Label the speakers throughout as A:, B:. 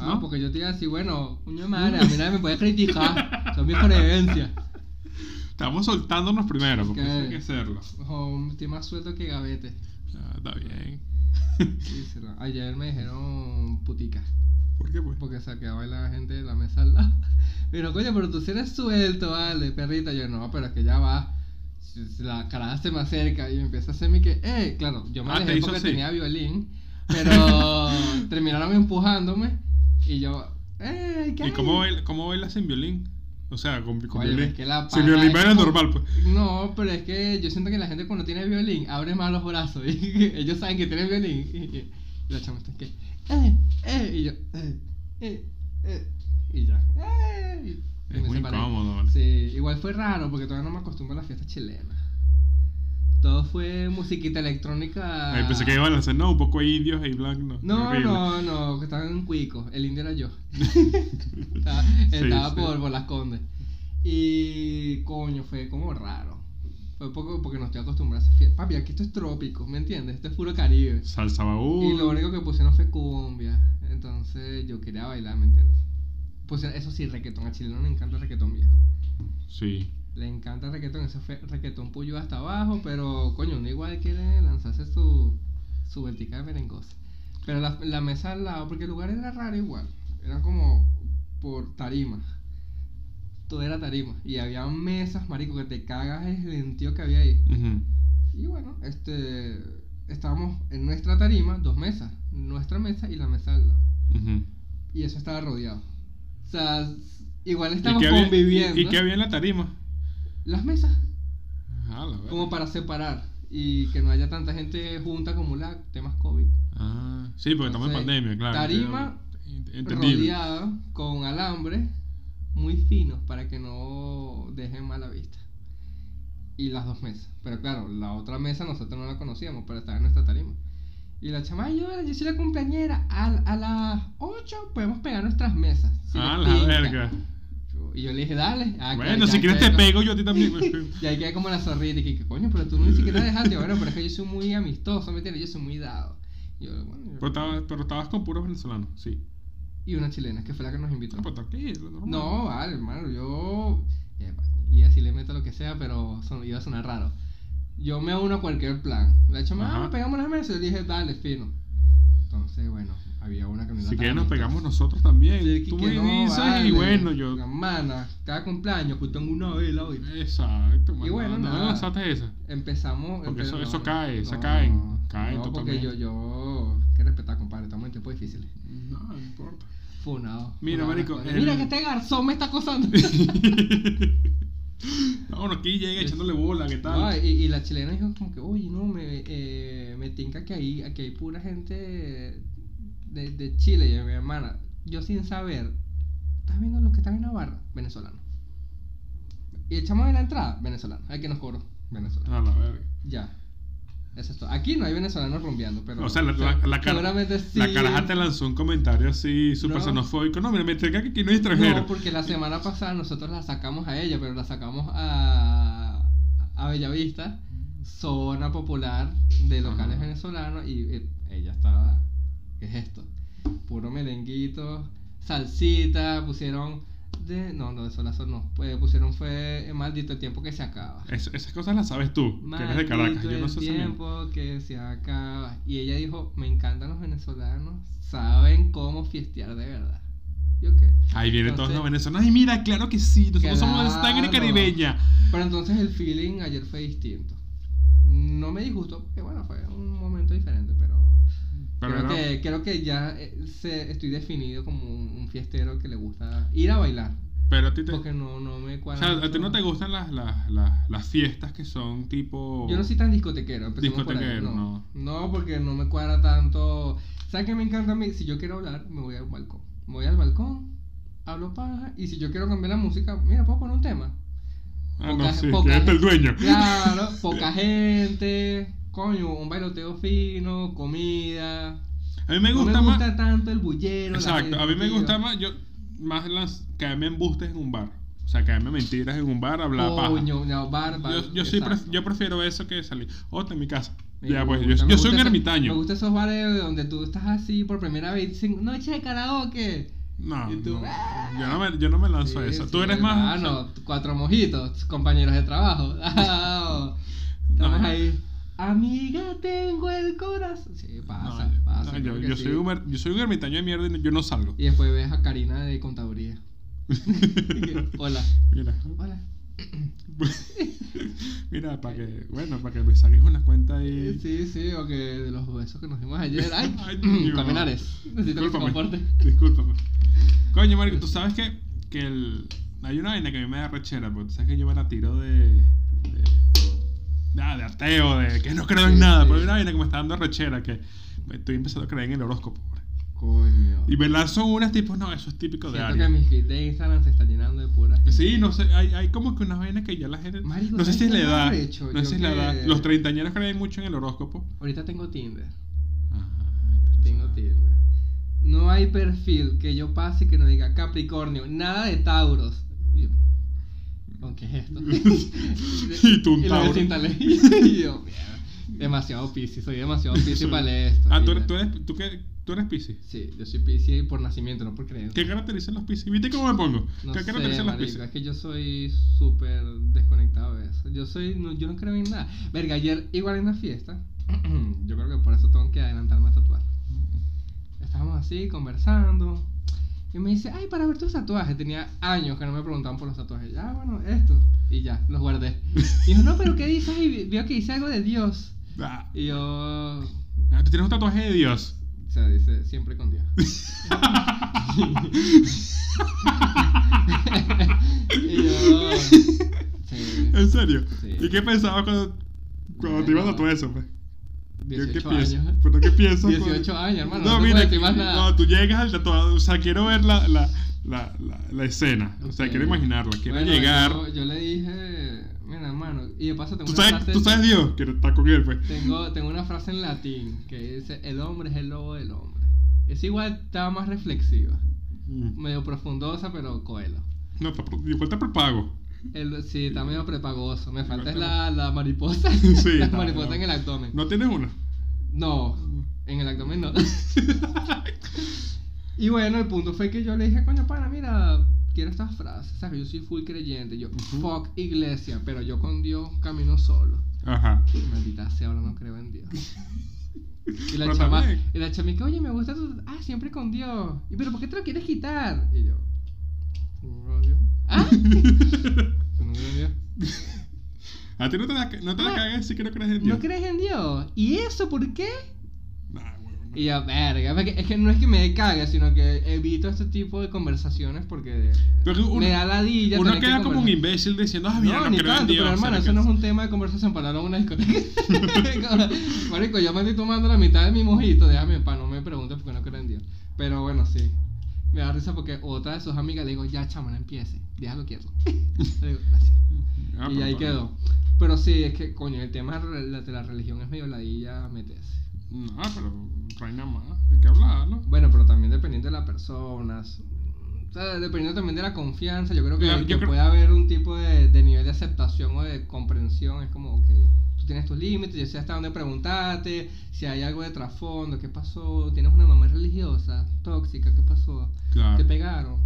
A: Ah,
B: ah, sentía así, bueno, coño de madre, a mí nadie me puede criticar. Son mis creencias.
A: Estamos soltándonos primero, porque
B: Ok.
A: eso hay que hacerlo.
B: Oh, estoy más suelto que gavete.
A: Ah, está bien.
B: Sí, sí, no. Ayer me dijeron putica.
A: ¿Por qué, pues?
B: Porque se quedaba la gente de la mesa al lado. Pero coño, pero tú sí eres suelto, vale, perrita. Yo no, pero es que ya va. Si- si La cara se me acerca y me empieza a hacerme que, eh, claro, yo me
A: Ah, te
B: alejé
A: hizo
B: porque
A: así.
B: tenía violín, pero terminaron empujándome y yo, eh, ¿qué
A: ¿Y
B: hay?
A: cómo, baila- cómo bailas sin violín? O sea, con, con
B: Oye,
A: violín.
B: es que la
A: sin
B: pana
A: violín
B: es
A: baila
B: como-
A: normal, pues.
B: No, pero es que yo siento que la gente cuando tiene violín abre más los brazos y ellos saben que tienen violín. Y, y- y la chama está que, eh, eh, y yo, eh, eh, eh, y ya, eh. y- y
A: Es
B: me
A: muy
B: separé.
A: incómodo, ¿vale?
B: Sí, igual fue raro porque todavía no me acostumbro a las fiestas chilenas. Todo fue musiquita electrónica.
A: Ay, pensé que iban a hacer, no, un poco indios y blancos.
B: Ah. No, no, no, que estaban cuicos. El indio era yo. estaba estaba
A: sí.
B: por, por las condes. Y coño, fue como raro. Fue poco porque no estoy acostumbrado a esas fiestas. Papi, aquí esto es trópico, ¿me entiendes? Esto es puro Caribe.
A: Salsa baúl.
B: Y lo único que pusieron fue cumbia. Entonces yo quería bailar, ¿me entiendes? Pusieron, eso sí, reggaetón. A chileno le encanta el reggaetón viejo.
A: Sí.
B: Le encanta el reggaetón. Eso fue reggaetón puyo hasta abajo. Pero coño, uno igual quiere lanzarse su, su vertica de merengosa. Pero la, la mesa al lado, porque el lugar era raro igual. Era como por tarima. Todo era tarima. Y había mesas, marico, que te cagas el lentío que había ahí.
A: Ujú.
B: Y bueno, este. Estábamos en nuestra tarima, dos mesas. Nuestra mesa y la mesa al lado.
A: Ujú.
B: Y eso estaba rodeado. O sea, s- igual
A: ¿Y
B: estamos
A: qué había-
B: conviviendo.
A: ¿Y, y qué había en la tarima?
B: Las mesas.
A: Ah, la verdad.
B: Como para separar y que no haya tanta gente junta como la temas COVID.
A: Ah, sí, porque estamos en
B: Entonces,
A: pandemia, claro.
B: tarima,
A: Ent- Entendible.
B: Rodeada con alambre muy finos para que no dejen mala vista. Y las dos mesas. Pero claro, la otra mesa nosotros no la conocíamos, pero estaba en nuestra tarima. Y la chama, "Ay, hola, yo soy la compañera. A, a las 8 podemos pegar nuestras mesas. si
A: ah,
B: les
A: la
B: pinta".
A: verga.
B: Y yo le dije, dale. Ah,
A: bueno,
B: ya
A: si quieres te
B: quedé-
A: pego yo a ti también. pues. güey.
B: Y ahí quedé como la zorrita y que, que, coño, pero tú no ni siquiera dejaste. Bueno, pero es que yo soy muy amistoso, ¿me entiendes? Yo soy muy dado. Y, yo, bueno, yo-
A: pero, estabas, pero estabas con puros venezolanos, sí.
B: y una chilena, que fue la que nos invitó.
A: No, pues tranquilo, normal.
B: No, vale, hermano, yo. Epa, Y así le meto lo que sea, pero son- iba a sonar raro. Yo me uno a cualquier plan. La chama,
A: Ajá.
B: ah, pegamos las mesas. Yo le dije, dale, fino. Entonces, bueno, había una que no era
A: Si
B: tan
A: quieres nos
B: amistosa.
A: pegamos nosotros también.
B: Sí, que-
A: Tú
B: que
A: me
B: no,
A: dices
B: vale.
A: y bueno, yo...
B: La Hermana, cada cumpleaños, justo en una vela hoy.
A: Exacto, mano,
B: bueno,
A: no me
B: nada.
A: lanzaste esa.
B: Empezamos.
A: Porque eso-
B: empe-
A: eso cae, eso caen, caen
B: no, Porque
A: totalmente.
B: yo, yo. Que respetar, compadre. Estamos en tiempos difíciles.
A: No, no importa.
B: Funado.
A: Mira,
B: funado,
A: marico,
B: funado.
A: el-
B: Mira que este garzón me está acosando.
A: No, uno aquí llega echándole bola, ¿qué tal?
B: No, y, y la chilena dijo como que, oye, no, me, eh, me tinca que ahí, aquí hay pura gente de, de Chile. Y yo, mi hermana, yo sin saber, ¿estás viendo los que están en Navarra? Venezolano. Y echamos en la entrada, venezolano. Hay que nos cobró, venezolano.
A: A la verga.
B: Ya. Eso es todo. Aquí no hay venezolanos rumbeando, pero.
A: o sea, la, la, la cara-
B: seguramente sí.
A: la caraja te lanzó un comentario así súper
B: No.
A: xenofóbico. No, mira, me entrega que aquí no hay extranjero.
B: No, porque la semana pasada nosotros la sacamos a ella, pero la sacamos a, a Bellavista, zona popular de locales
A: Ajá.
B: venezolanos, y eh, ella estaba. ¿Qué es esto? Puro merenguito, salsita, pusieron. De, no, no, de sol a sol no. pues, pusieron fue eh, maldito el tiempo que se acaba.
A: Es- esas cosas las sabes tú, que eres de Caracas.
B: Maldito
A: Yo no
B: el
A: sé si me...
B: tiempo que se acaba. Y ella dijo, me encantan los venezolanos, saben cómo fiestear de verdad. ¿Yo qué?
A: Ahí vienen todos los
B: Entonces-
A: venezolanos. Ay, mira, claro que sí. Nosotros somos de
B: Claro.
A: sangre caribeña.
B: Pero entonces el feeling ayer fue distinto. No me disgustó, porque bueno, fue un momento diferente, pero...
A: Pero
B: creo,
A: era-
B: que, creo que ya eh, se, estoy definido como un, un fiestero que le gusta ir a bailar.
A: pero a ti te...
B: Porque no, no me
A: O
B: cuadra.
A: sea, a
B: mucho.
A: ti no te gustan las, las, las, las fiestas que son tipo...
B: Yo no soy tan discotequero. empecemos por ahí,
A: Discotequero,
B: no. No, porque no me cuadra tanto. ¿Sabes qué me encanta a mí? Si yo quiero hablar, me voy al balcón. Me voy al balcón, hablo paja. Y si yo quiero cambiar la música, mira, puedo poner un tema.
A: Ah, no,
B: Poca-
A: sí,
B: poca-
A: que es el dueño.
B: Claro, poca gente, coño, un bailoteo fino, comida.
A: A mí me
B: No
A: gusta,
B: me gusta
A: más...
B: tanto el bullero. la
A: Exacto,
B: gente,
A: a mí me
B: tío.
A: gusta más... Yo, más las... Caerme embustes en un bar. O sea, caerme mentiras en un bar, hablar paja.
B: Coño, no, bárbaro,
A: Yo, yo, sí pref-
B: exacto.
A: yo prefiero eso que salir. Otra en mi casa.
B: Me
A: ya, pues,
B: gusta,
A: yo,
B: me
A: yo
B: gusta
A: soy un
B: ese-
A: ermitaño.
B: Me gustan esos bares donde tú estás así por primera vez y dicen, noche de karaoke.
A: No,
C: Y tú,
A: no.
C: ¡ah!
A: Yo, no me, yo no me lanzo a
B: Sí,
A: esa.
B: sí,
A: Tú eres
B: ¿verdad?
A: más.
B: no, cuatro mojitos, compañeros de trabajo. Ah, Estamos
A: No.
B: ahí. Amiga, tengo el corazón. Sí, pasa,
A: no, yo-
B: pasa.
A: no, yo,
B: creo que
A: yo
B: sí.
A: soy un, mer- yo soy un ermitaño de mierda y no- yo no salgo.
B: Y después ves a Karina de contaduría. Hola.
A: Mira.
B: Hola.
A: Mira, para que. Bueno, para que me saques una cuenta y.
B: Eh, Sí, sí, o que de los besos que nos dimos ayer. Ay,
A: Ay, Dios.
B: Caminares. Necesito que se comporte.
A: Discúlpame. Coño, Mario, tú sabes que, que el, hay una vaina que a mí me da rechera, porque tú sabes que yo me la tiro de. de nada, de ateo, de que no creo en
B: Sí,
A: nada.
B: sí.
A: Pero hay una vaina que me está dando rechera, que me estoy empezando a creer en el horóscopo. bro.
B: Coño.
A: Y me lanzo unas tipo, no, eso es típico de
B: Siento que mi
A: Aries.
B: feed de Instagram se está llenando de pura gente.
A: Sí, no sé, hay, hay como que unas vainas que ya la gente.
B: Marico,
A: no sé
B: ¿sabes
A: si
B: qué
A: le
B: me
A: da.
B: arrecho?
A: No
B: Yo
A: sé si le da.
B: que-
A: Los treintañeros creen mucho en el horóscopo.
B: Ahorita tengo Tinder.
A: Ajá,
B: Tengo
A: interesante.
B: Tinder. No hay perfil que yo pase que no diga Capricornio, nada de Tauros. Y yo, ¿Con qué es esto?
A: Y tú un
B: lo
A: Tauro.
B: desinstalé. Y yo, mierda, demasiado Piscis, soy demasiado Piscis para leer esto.
A: Ah,
B: Y
A: tú eres,
B: ya.
A: tú eres, tú qué- tú eres Piscis.
B: Sí, yo soy Piscis por nacimiento, no por creencia.
A: ¿Qué caracterizan los Pisces? ¿Viste cómo me pongo?
B: No
A: ¿Qué
B: sé,
A: caracterizan los
B: marico,
A: Pisces?
B: es que yo soy súper desconectado de eso. Yo soy, no, yo no creo en nada. Verga, ayer igual en una fiesta, yo creo que por eso tengo que adelantarme a tatuar. Estábamos así conversando y me dice, ay, para ver tus tatuajes. Tenía años que no me preguntaban por los tatuajes. Ya, bueno, esto. Y ya, los guardé. Dijo, no, pero ¿qué dices? Y vi- vio que hice algo de Dios.
A: Ah,
B: Y yo,
A: ah, tú tienes un tatuaje de Dios.
B: o sea, dice, siempre con Dios. y yo, sí,
A: ¿En serio?
B: Sí.
A: ¿Y qué pensabas cuando, cuando te
B: Bueno,
A: ibas a tatuar eso? pues? ¿Qué, qué
B: 18
A: piensas?
B: años.
A: ¿Pero qué piensas?
B: 18
A: cuando-
B: años, hermano, no
A: No,
B: te
A: mira,
B: puedo decir más nada.
A: cuando tú llegas al tatuado, o sea, quiero ver la, la, la, la, la escena. O sea,
B: Ok.
A: quiero imaginarla, quiero
B: Bueno,
A: llegar.
B: Yo, yo le dije, mira, hermano, y de paso tengo
A: ¿Tú,
B: una
A: sabes,
B: frase.
A: tú sabes Dios, quiero estar con él, pues.
B: Tengo, tengo una frase en latín que dice: El hombre es el lobo del hombre. Es igual, estaba más reflexiva.
A: Mm.
B: Medio profundosa, pero coelo.
A: No, pa- igual está prepago.
B: El, sí, está medio prepagoso. Me falta es
A: está
B: la, la mariposa.
A: Sí,
B: la
A: está,
B: mariposa
A: no.
B: en el abdomen.
A: ¿No tienes una?
B: No, en el abdomen no. y bueno, el punto fue que yo le dije, coño, pana, mira, quiero estas frases. ¿Sabes? Yo soy full creyente. Yo, fuck iglesia, pero yo con Dios camino solo.
A: Ajá.
B: Maldita sea, ahora no creo en Dios. Y la
A: Pero
B: chama,
A: también-
B: y la chamica, oye, me gusta tu. Ah, siempre con Dios. ¿Y pero por qué te lo quieres quitar? Y yo, "No creo en Dios". ¿Ah? Yo no creo en Dios.
A: ¿A ti no te la, no te la
B: Ah,
A: cagues si que no crees en Dios?
B: ¿No crees en Dios? ¿Y eso por qué?
A: Nah, huevo, no.
B: Y yo, verga, porque es que no es que me cague, sino que evito este tipo de conversaciones porque
A: Pero uno-
B: me da ladilla.
A: Uno
B: tener que
A: queda como un
B: conversar.
A: imbécil diciendo, ah, mira,
B: no,
A: no,
B: ni
A: creo en
B: tanto,
A: Dios.
B: pero hermano,
A: ¿sabes
B: eso
A: qué?
B: no es un tema de conversación para hablar en una discoteca. Marico, yo me estoy tomando la mitad de mi mojito, déjame en paz, no me preguntes porque no creo en Dios. Pero bueno, sí. Me da risa porque otra de sus amigas le digo, ya chama, no empiece, déjalo quieto. le digo, gracias.
A: Ah,
B: y
A: pero
B: ahí
A: para-
B: quedó. Pero sí, es que, coño, el tema de la, de la religión es medio ladilla meterse.
A: No, pero reina más, hay que hablarlo.
B: Bueno, pero también dependiendo de las personas. O sea, dependiendo también de la confianza, yo creo que,
A: Claro, yo
B: que
A: creo-
B: puede haber un tipo de, de nivel de aceptación o de comprensión. Es como, ok, tú tienes tus límites, yo sé hasta dónde preguntarte, si hay algo de trasfondo, qué pasó, tienes una mamá religiosa, tóxica, qué pasó, te
A: Claro.
B: pegaron,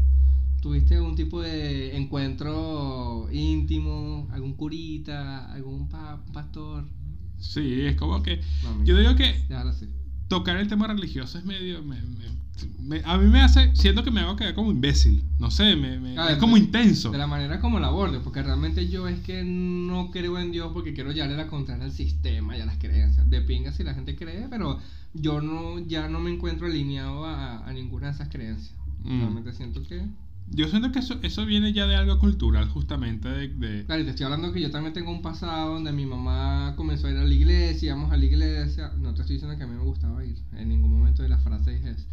B: tuviste algún tipo de encuentro íntimo, algún curita, algún pa- pastor.
A: Sí, es como que.
B: No,
A: Yo
B: mentira,
A: digo que
B: déjalo así.
A: tocar el tema religioso es medio. me- me- me- a mí me hace. Siento que me hago quedar como imbécil. No sé, me, me-
B: Ah,
A: es como
B: de-
A: intenso.
B: De la manera como la aborde, porque realmente yo es que no creo en Dios porque quiero llevarle la contraria al sistema y a las creencias. De pinga si la gente cree, pero yo no ya no me encuentro alineado a, a ninguna de esas creencias.
A: Mm.
B: Realmente siento que...
A: Yo siento que eso, eso viene ya de algo cultural, justamente. De, de-
B: Claro, y te estoy hablando que yo también tengo un pasado donde mi mamá comenzó a ir a la iglesia, íbamos a la iglesia. No te estoy diciendo que a mí me gustaba ir, en ningún momento de la frase dije eso.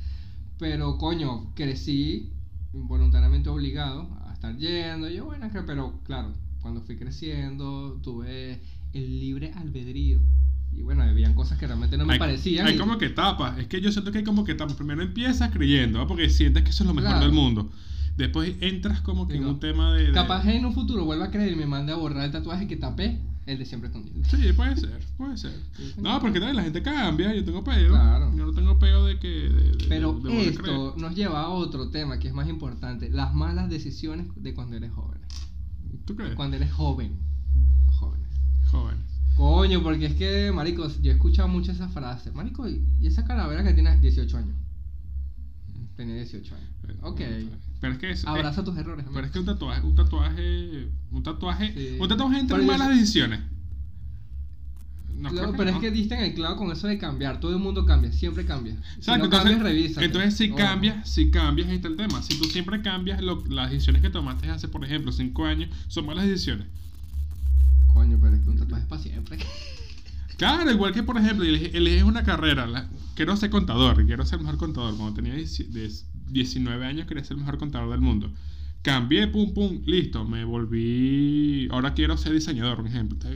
B: Pero coño, crecí involuntariamente obligado a estar yendo. Yo, bueno, que- pero claro, cuando fui creciendo tuve el libre albedrío. Y bueno, habían cosas que realmente no me
A: hay-
B: parecían.
A: Hay
B: y-
A: como que etapas. Es que yo siento que hay como que etapas. Primero empiezas creyendo, ¿va? porque sientes que eso es lo mejor
B: Claro.
A: del mundo. Después entras como que en
B: Digo,
A: un tema de. de-
B: Capaz en un futuro vuelva a creer y me mande a borrar el tatuaje que tapé. el de siempre escondido.
A: Sí, puede ser, puede ser.
B: Sí, coño.
A: No, porque también la gente cambia, yo tengo peo.
B: Claro.
A: Yo no tengo peo de que. de- de-
B: Pero
A: de- de volver a
B: esto nos lleva a otro tema que es más importante, las malas decisiones de cuando eres joven.
A: creer. ¿Tú crees?
B: Cuando eres joven. Jóvenes.
A: Jóvenes.
B: Coño, porque es que, marico, yo he escuchado mucho esa frase. Marico, ¿y esa calavera que tienes 18 años? Tenía 18 años. Ok.
A: Pero Eh, es que es.
B: Abraza
A: eh,
B: tus errores. amigo.
A: pero es que un tatuaje. Un tatuaje. Un tatuaje.
B: Sí.
A: Un tatuaje entre
B: Pero yo-
A: malas decisiones. No,
B: Claro,
A: creo que
B: pero
A: no.
B: es que diste en el clavo con eso de cambiar. Todo el mundo cambia, siempre cambia. Si
A: Exacto,
B: no
A: entonces,
B: cambias, revísate.
A: entonces si
B: Ojo.
A: cambias, si cambias, ahí está el tema. Si tú siempre cambias, lo- las decisiones que tomaste hace, por ejemplo, 5 años, son malas decisiones.
B: Coño, pero es que un tatuaje es para siempre.
A: Claro, igual que, por ejemplo, eleg- eliges una carrera. la- quiero ser contador, quiero ser el mejor contador. Cuando tenía 10 de- 19 años, quería ser el mejor contador del mundo. Cambié, pum, pum, listo, me volví... Ahora quiero ser diseñador, por ejemplo. ¿está-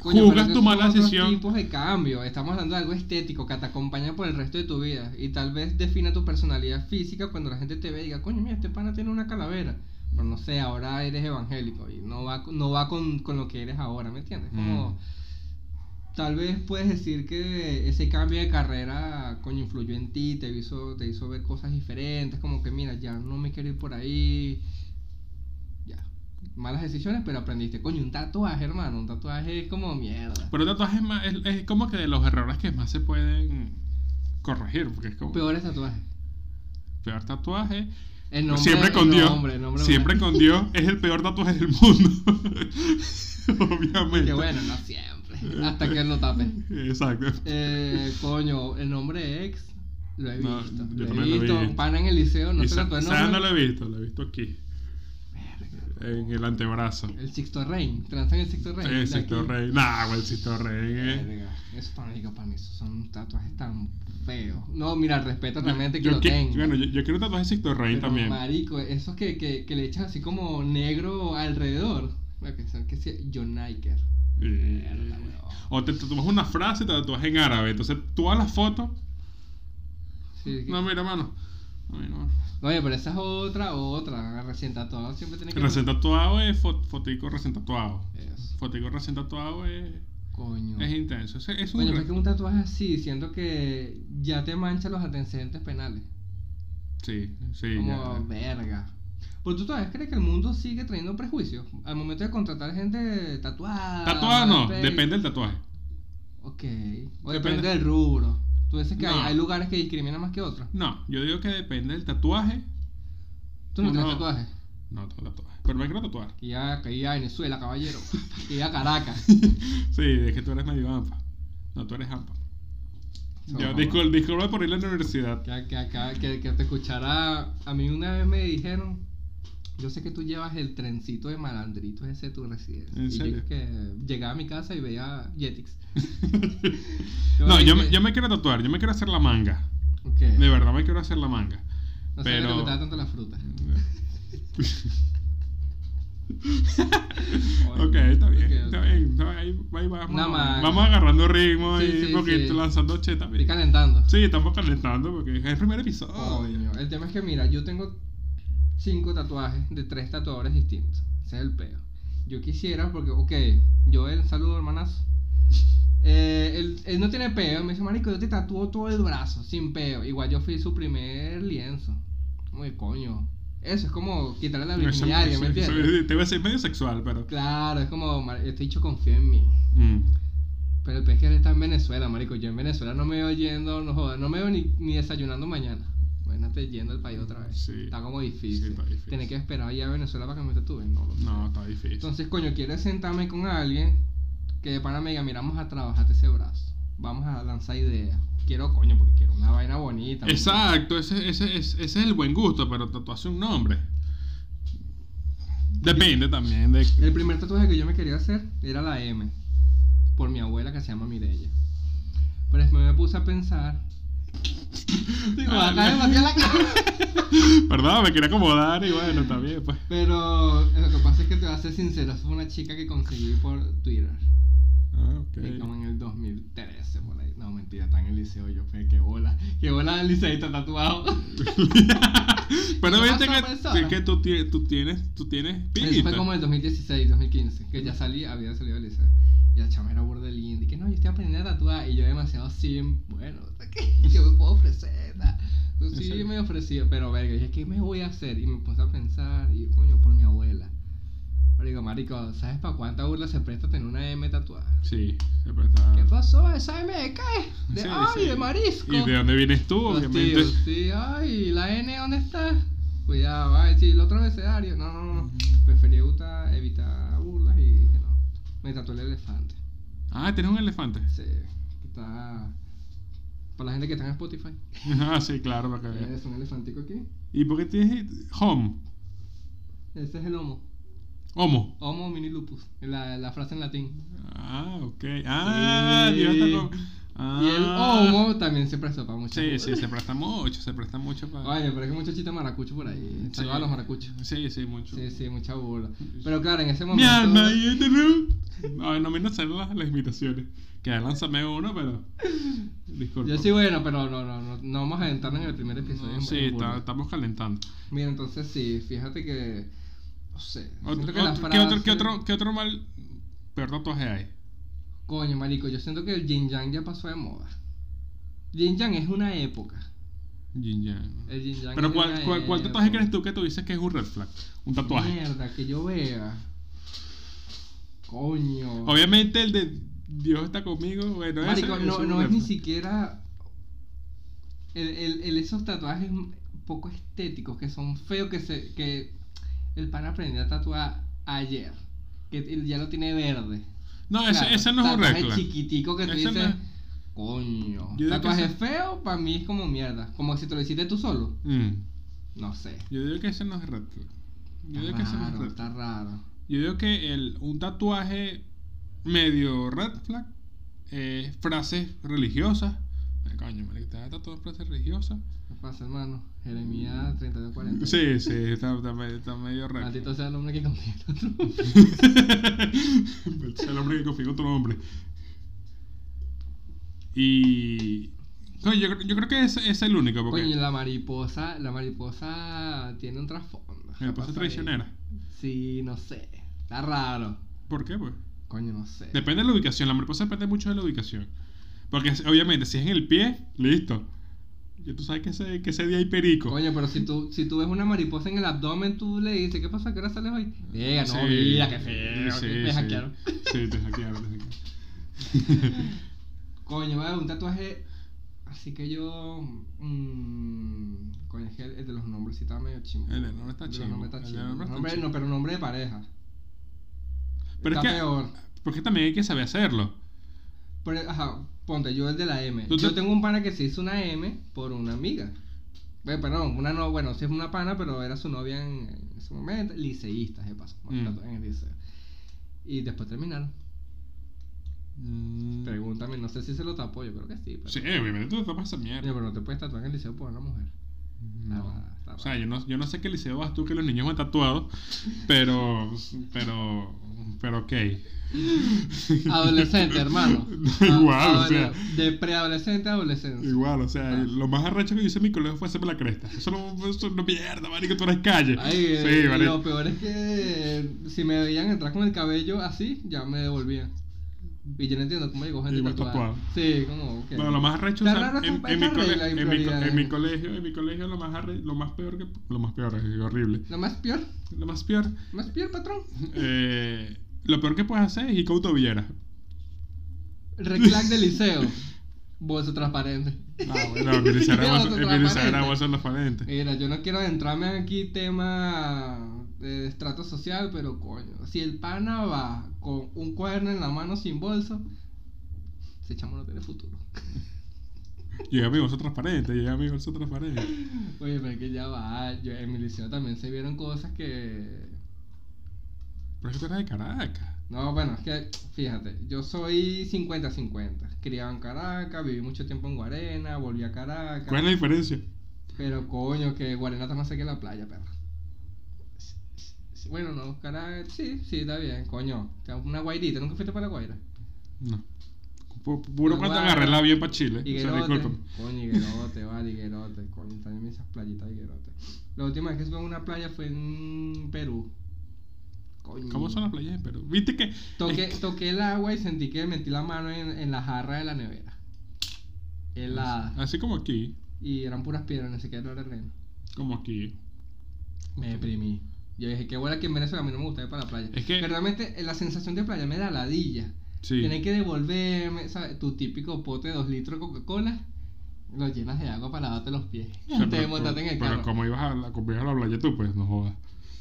B: Coño, pero
A: Juzgas
B: esos
A: tu
B: son
A: mala
B: otros
A: decisión.
B: tipos de cambio. Estamos hablando de algo estético que te acompaña por el resto de tu vida y tal vez defina tu personalidad física cuando la gente te ve y diga, coño, mira, este pana tiene una calavera. Pero no sé, ahora eres evangélico y no va, no va con, con lo que eres ahora, ¿me entiendes? Como,
A: Mm.
B: Tal vez puedes decir que ese cambio de carrera, coño, influyó en ti, te hizo, te hizo ver cosas diferentes, como que, mira, ya no me quiero ir por ahí. Ya. Malas decisiones, pero aprendiste. Coño, un tatuaje, hermano. Un tatuaje es como mierda.
A: Pero el tatuaje es, más- es- es como que de los errores que más se pueden corregir, porque es como...
B: Peores tatuajes.
A: peor tatuaje.
B: El nombre,
A: siempre con
B: el
A: Dios.
B: nombre, el nombre-
A: siempre con Dios es el peor tatuaje del mundo. Obviamente.
B: Que bueno, no siempre. Hasta que él lo tape.
A: Exacto.
B: Eh, coño, el nombre ex. Lo he
A: No,
B: visto. lo
A: yo
B: he
A: también lo
B: visto.
A: vi.
B: Un pana en el liceo, no
A: Y
B: se
A: sa-
B: tatuó el
A: ¿sabes? no
B: nombre.
A: lo he visto, lo he visto aquí. En el antebrazo.
B: El Sixto Reign. Transan el Sixto Reign.
A: El
B: de
A: Sisto
B: aquí.
A: Rey. Nah, güey, el Sisto Rey. eh.
B: Verga, Eso también digo para mí, esos son tatuajes tan feos. No, mira, respeto realmente que
A: Yo
B: lo
A: qui-
B: tengan.
A: Bueno, yo, yo quiero un tatuaje de Sisto Rey
B: Pero,
A: también.
B: Marico, esos que, que, que le echan así como negro alrededor. Bueno, que son que sí, John Niker.
A: Y-
B: Mierda, weón.
A: O te tatuas una frase y te tatuas en árabe. Entonces, tú a las fotos.
B: Sí, que-
A: No, mira, mano. No, mira, mano.
B: Oye, pero esa es otra, otra. Recién tatuado siempre tiene que.
A: Recién tatuado es fo- fotico recién tatuado.
B: Eso.
A: Fotico recién tatuado es,
B: Coño.
A: es intenso. Es, es un
B: Coño, pues, pero es
A: reto.
B: que un tatuaje así, siento que ya te mancha los antecedentes penales.
A: Sí, sí.
B: Como
A: ya.
B: verga. Pero tú todavía crees que el mundo sigue trayendo prejuicios al momento de contratar gente tatuada.
A: Tatuado no,
B: mala fe?
A: depende del tatuaje.
B: Ok. O
A: Depende.
B: depende, del rubro. Tú dices que hay,
A: No.
B: hay lugares que discriminan más que otros.
A: No, yo digo que depende del tatuaje.
B: Tú no,
A: No.
B: tienes tatuajes.
A: No tengo tatuaje. Pero me quiero tatuar.
B: Que ya, que ya Venezuela, caballero. que ya Caracas.
A: Sí, es que tú eres medio ampa. No, tú eres ampa. Yo discul disculpa por ir a la universidad.
B: Que, que, que, que, que te escuchara. A mí una vez me dijeron. Yo sé que tú llevas el trencito de malandritos ese de tu residencia.
A: ¿En
B: Y
A: serio?
B: yo que llegaba a mi casa y veía Jetix.
A: No, yo me,
B: dije,
A: yo me quiero tatuar, yo me quiero hacer la manga.
B: ok,
A: De verdad me quiero hacer la manga.
B: No sabía que
A: pero-
B: te gustaba tanto la fruta.
A: Ok,
B: Ok,
A: está bien, está
B: ok.
A: bien. está bien, ahí- ahí vamos,
B: Nada más.
A: vamos agarrando ritmo
B: Sí,
A: y
B: sí,
A: porque
B: sí.
A: estoy lanzando che
B: Estoy
A: también.
B: calentando.
A: Sí, estamos calentando porque es el primer episodio.
B: Coño, Oh, El tema es que, mira, yo tengo cinco tatuajes de tres tatuadores distintos. Ese es el peo. Yo quisiera, porque, ok, Joel, saludo, hermanazo. Eh, él, él no tiene peo. Me dice, Marico, yo te tatúo todo el brazo, sin peo. Igual yo fui su primer lienzo. Muy coño. Eso es como quitarle la
A: Eso-
B: virginidad, a alguien,
A: eso-
B: ¿me
A: eso-
B: entiendes?
A: Te iba a decir medio sexual, pero.
B: Claro, es como, "Mar- este dicho confía en mí.
A: Mm.
B: Pero el pez que él está en Venezuela, marico. Yo en Venezuela no me veo yendo, no jodas, no me veo ni, ni desayunando mañana. Imagínate yendo al país otra vez.
A: Sí.
B: Está como difícil.
A: Sí, está difícil.
B: Tener que esperar allá a Venezuela para que me tatúen, no lo sé.
A: No, está difícil.
B: Entonces, coño, quiero sentarme con alguien que de pana me diga, miramos a trabajarte ese brazo. Vamos a lanzar ideas. Quiero, coño, porque quiero una vaina bonita.
A: Exacto, ese, ese, ese, ese es el buen gusto, pero tatuarse un nombre. Depende también de.
B: El primer tatuaje que yo me quería hacer era la M, por mi abuela que se llama Mireya. Pero después me puse a pensar. Digo,
A: Ah,
B: acá me maté la cara.
A: Perdón, me quería acomodar y bueno, está bien, pues.
B: Pero eh, lo que pasa es que te voy a ser sincero, fue una chica que conseguí por Twitter.
A: Ah,
B: que Como
A: ok.
B: en el 2013, por ahí. No, mentira, está en el liceo. Yo fue que bola. Que bola el liceísta tatuado.
A: Pero
B: Yo
A: viste
B: más
A: que,
B: profesora.
A: que tú, tie- tú tienes, tú tienes
B: pues, Eso
A: pinta.
B: fue como en el 2016, 2015. Que ya salí, había salido del liceo. chama era burda de linda. Y que no, yo estoy aprendiendo a tatuar. Y yo demasiado sim, bueno, ¿qué? yo me puedo ofrecer. da. Yo Sí,
A: Exacto.
B: me ofrecía, pero verga, dije, ¿qué me voy a hacer? Y me puse a pensar, y yo, coño, por mi abuela. Pero digo, marico, ¿sabes para cuánta burla se presta tener una M tatuada?
A: Sí, se presta-
B: ¿Qué pasó? ¿Esa M de qué? De
A: Sí,
B: ay,
A: sí.
B: de marisco.
A: ¿Y de dónde vienes tú?
B: Los
A: Obviamente.
B: tíos, sí, ay, ¿la N dónde está? Cuidado, ay, sí, el otro abecedario. No, no, no. Preferí gusta- evitar burlas y dije no. Me tatué el elefante.
A: Ah, tienes un elefante.
B: Sí, que está. Para la gente que está en Spotify. Eh,
A: ah, sí, claro, para que veas.
B: Es un elefantico aquí.
A: ¿Y por qué tienes home?
B: Ese es el homo.
A: Homo.
B: Homo mini lupus. La, la frase en latín.
A: Ah, ok. Ah,
B: Sí.
A: Dios está con. Ah.
B: Y el homo también se prestó para mucho.
A: Sí, sí, se presta mucho, se presta mucho para.
B: Oye, pero es que mucho chiste maracucho por ahí.
A: Sí.
B: Saludos a los maracuchos.
A: Sí, sí, mucho.
B: Sí, sí, mucha burla. Pero claro, en ese
A: Mi
B: momento.
A: alma y este no. Ay, no me salen las, las invitaciones. Que lánzame uno, pero. Disculpa.
B: Yo sí, bueno, pero no, no, no, no vamos a adentrarnos en el primer episodio.
A: No,
B: en-
A: sí,
B: en
A: está-
B: burla.
A: estamos calentando.
B: Mira, entonces sí, fíjate que. No sé.
A: Ot-
B: siento que la
A: ot- ¿Qué otro, qué
B: frase-
A: otro, qué otro mal peor tatuaje hay?
B: Coño, marico, yo siento que el yin yang ya pasó de moda. Yin yang es una época.
A: Yin yang.
B: El yin yang
A: Pero
B: es
A: ¿cuál,
B: una
A: cuál, cuál tatuaje
B: época.
A: crees tú que tú dices que es un red flag? Un tatuaje.
B: Mierda, que yo vea. Coño.
A: Obviamente el de Dios está conmigo, bueno, ese-
B: Marico,
A: ese
B: no,
A: un
B: no
A: red
B: es ni
A: flag.
B: siquiera. El, el- el- esos tatuajes poco estéticos que son feos que se que el pan aprendió a tatuar ayer que él ya lo tiene verde
A: No, ese,
B: Claro,
A: ese no es un red
B: tatuaje
A: flag.
B: chiquitico que tú
A: Ese no
B: dices
A: es-
B: coño
A: Yo digo que
B: tatuaje
A: ese-
B: feo para mí es como mierda como si te lo hiciste tú solo
A: Mm,
B: no sé
A: Yo digo que ese no es red flag. Yo digo
B: está
A: que ese no es
B: raro
A: red
B: está raro
A: Yo digo que el, un tatuaje medio red flag, eh, frases religiosas. Ay, Coño, marico, te vas a tatuar frases religiosas.
B: ¿Qué pasa hermano? Jeremías 3240
A: Sí, sí, está, está me- está medio red flag.
B: maldito sea el hombre que confía en otro hombre.
A: el hombre que configuró otro hombre. Y. Coño, yo, creo- yo creo que es, es el único. Porque
B: Coño, la mariposa, la mariposa tiene un trasfondo.
A: me pasa
B: Capaz
A: traicionera.
B: ahí. Sí, no sé. Está raro.
A: ¿Por qué, pues?
B: Coño, no sé.
A: Depende de la ubicación. La mariposa depende mucho de la ubicación. Porque es- obviamente, si es en el pie, listo. Ya tú sabes que ese, que ese día hay perico.
B: Coño, pero si tú, si tú ves una mariposa en el abdomen, tú le dices, ¿qué pasa? ¿Qué hora sales hoy? Diga, no,
A: Sí,
B: mira, qué feo.
A: sí,
B: que
A: sí.
B: me hackearon.
A: Sí, te hackearon, te hackearon.
B: Coño, vale, un tatuaje. Así que yo. mm, coño, es que el, el de los nombres sí está medio chimbo.
A: El de los nombres está
B: El de
A: chimbo,
B: los nombres
A: el
B: está
A: de
B: chimbo.
A: los nombres está
B: Nombre-
A: chimbo.
B: No, pero nombre de pareja.
A: Pero
B: está
A: es que.
B: peor.
A: Porque también hay que saber hacerlo.
B: Pero, ajá, ponte, yo el de la M.
A: Tú te-
B: Yo tengo un pana que se hizo una M por una amiga. Bueno, perdón, una no, bueno, sí es una pana, pero era su novia en, en ese momento, liceísta, se pasó,
A: Mm.
B: en el liceo. Y después terminaron.
A: Mm.
B: Pregúntame, no sé si se lo tapó, yo creo que sí. Pero,
A: Sí, obviamente tú tapas esa mierda.
B: Coño, pero no te puedes tatuar en el liceo por una mujer.
A: No.
B: Ah, está
A: O sea,
B: mal.
A: yo no, yo no sé qué liceo vas tú que los niños van tatuados, pero. Pero. Pero ok.
B: Adolescente, hermano.
A: Igual, o
B: Adole-
A: sea.
B: De preadolescente a adolescencia.
A: Igual, o sea,
B: Ah.
A: lo más arrecho que yo hice en mi colegio fue hacerme la cresta. Eso no, eso no mierda, marico, tú eres calle.
B: Ay, eh,
A: sí,
B: lo
A: marico.
B: peor es que eh, si me veían entrar con el cabello así, ya me devolvían. Y yo no entiendo cómo llegó gente
A: Igual
B: tatuada.
A: tatuado.
B: Sí, como ok.
A: No, lo más arrecho, o
B: Está
A: sea,
B: raro
A: en,
B: esta-
A: en mi
B: esta
A: cole-
B: regla en
A: en mi co-
B: Florida,
A: en mi
B: eh.
A: colegio, en mi colegio, lo más arre- lo más peor que. Lo más peor, es horrible.
B: Lo más peor,
A: Lo más peor.
B: más peor, patrón.
A: eh, lo peor que puedes hacer es ir con autovillera.
B: Ah, Reclac del liceo. Bolso transparente.
A: Ah, bueno, el ministerio
B: Mira,
A: era
B: bolso
A: bolso- el ministerio era
B: transparente.
A: bolso en los parientes.
B: Mira, yo no quiero adentrarme aquí tema eh, de estrato social, pero coño, si el pana va con un cuaderno en la mano sin bolso, ese chamo no tiene futuro.
A: Llega mi bolso transparente, llega mi bolso transparente.
B: Oye, pero es que ya va. Yo, en mi liceo también se vieron cosas que.
A: Pero es que tú eres de Caracas.
B: No, bueno, es que, fíjate, yo soy 50-50. Criado en Caracas, viví mucho tiempo en Guarena, volví a Caracas.
A: ¿Cuál es la diferencia?
B: Pero coño, que Guarena está más cerca de la playa, perro. Bueno, no, Caracas, sí, sí, está bien, coño. O sea, Una guairita, nunca fuiste para la guaira.
A: No. Pu- Puro
B: Pero
A: cuando
B: bueno.
A: agarré el avión para Chile. O sea,
B: Higuerote.
A: disculpa.
B: coño, Higuerote, vale, Higuerote. Coño, también esas playitas de Higuerote. La última vez que estuve en una playa fue en Perú. Coño.
A: ¿Cómo son las playas en Perú? ¿Viste que?
B: Toqué,
A: es que-
B: toqué el agua y sentí que metí la mano en, en la jarra de la nevera. Helada.
A: Así como aquí,
B: Y eran puras piedras, ni siquiera era arena.
A: como aquí.
B: Me deprimí. Yo dije, qué buena que en Venezuela a mí no me gusta ir para la playa.
A: Es que-
B: Pero realmente eh, la sensación de playa me da ladilla.
A: Sí.
B: Tienes que devolverme ¿sabes? tu típico pote de 2 litros de Coca-Cola, lo llenas de agua para lavarte los pies.
A: O sea,
B: Antes de
A: pero,
B: montarte en el
A: pero
B: carro.
A: como ibas a la, como ibas a la playa tú, pues no jodas.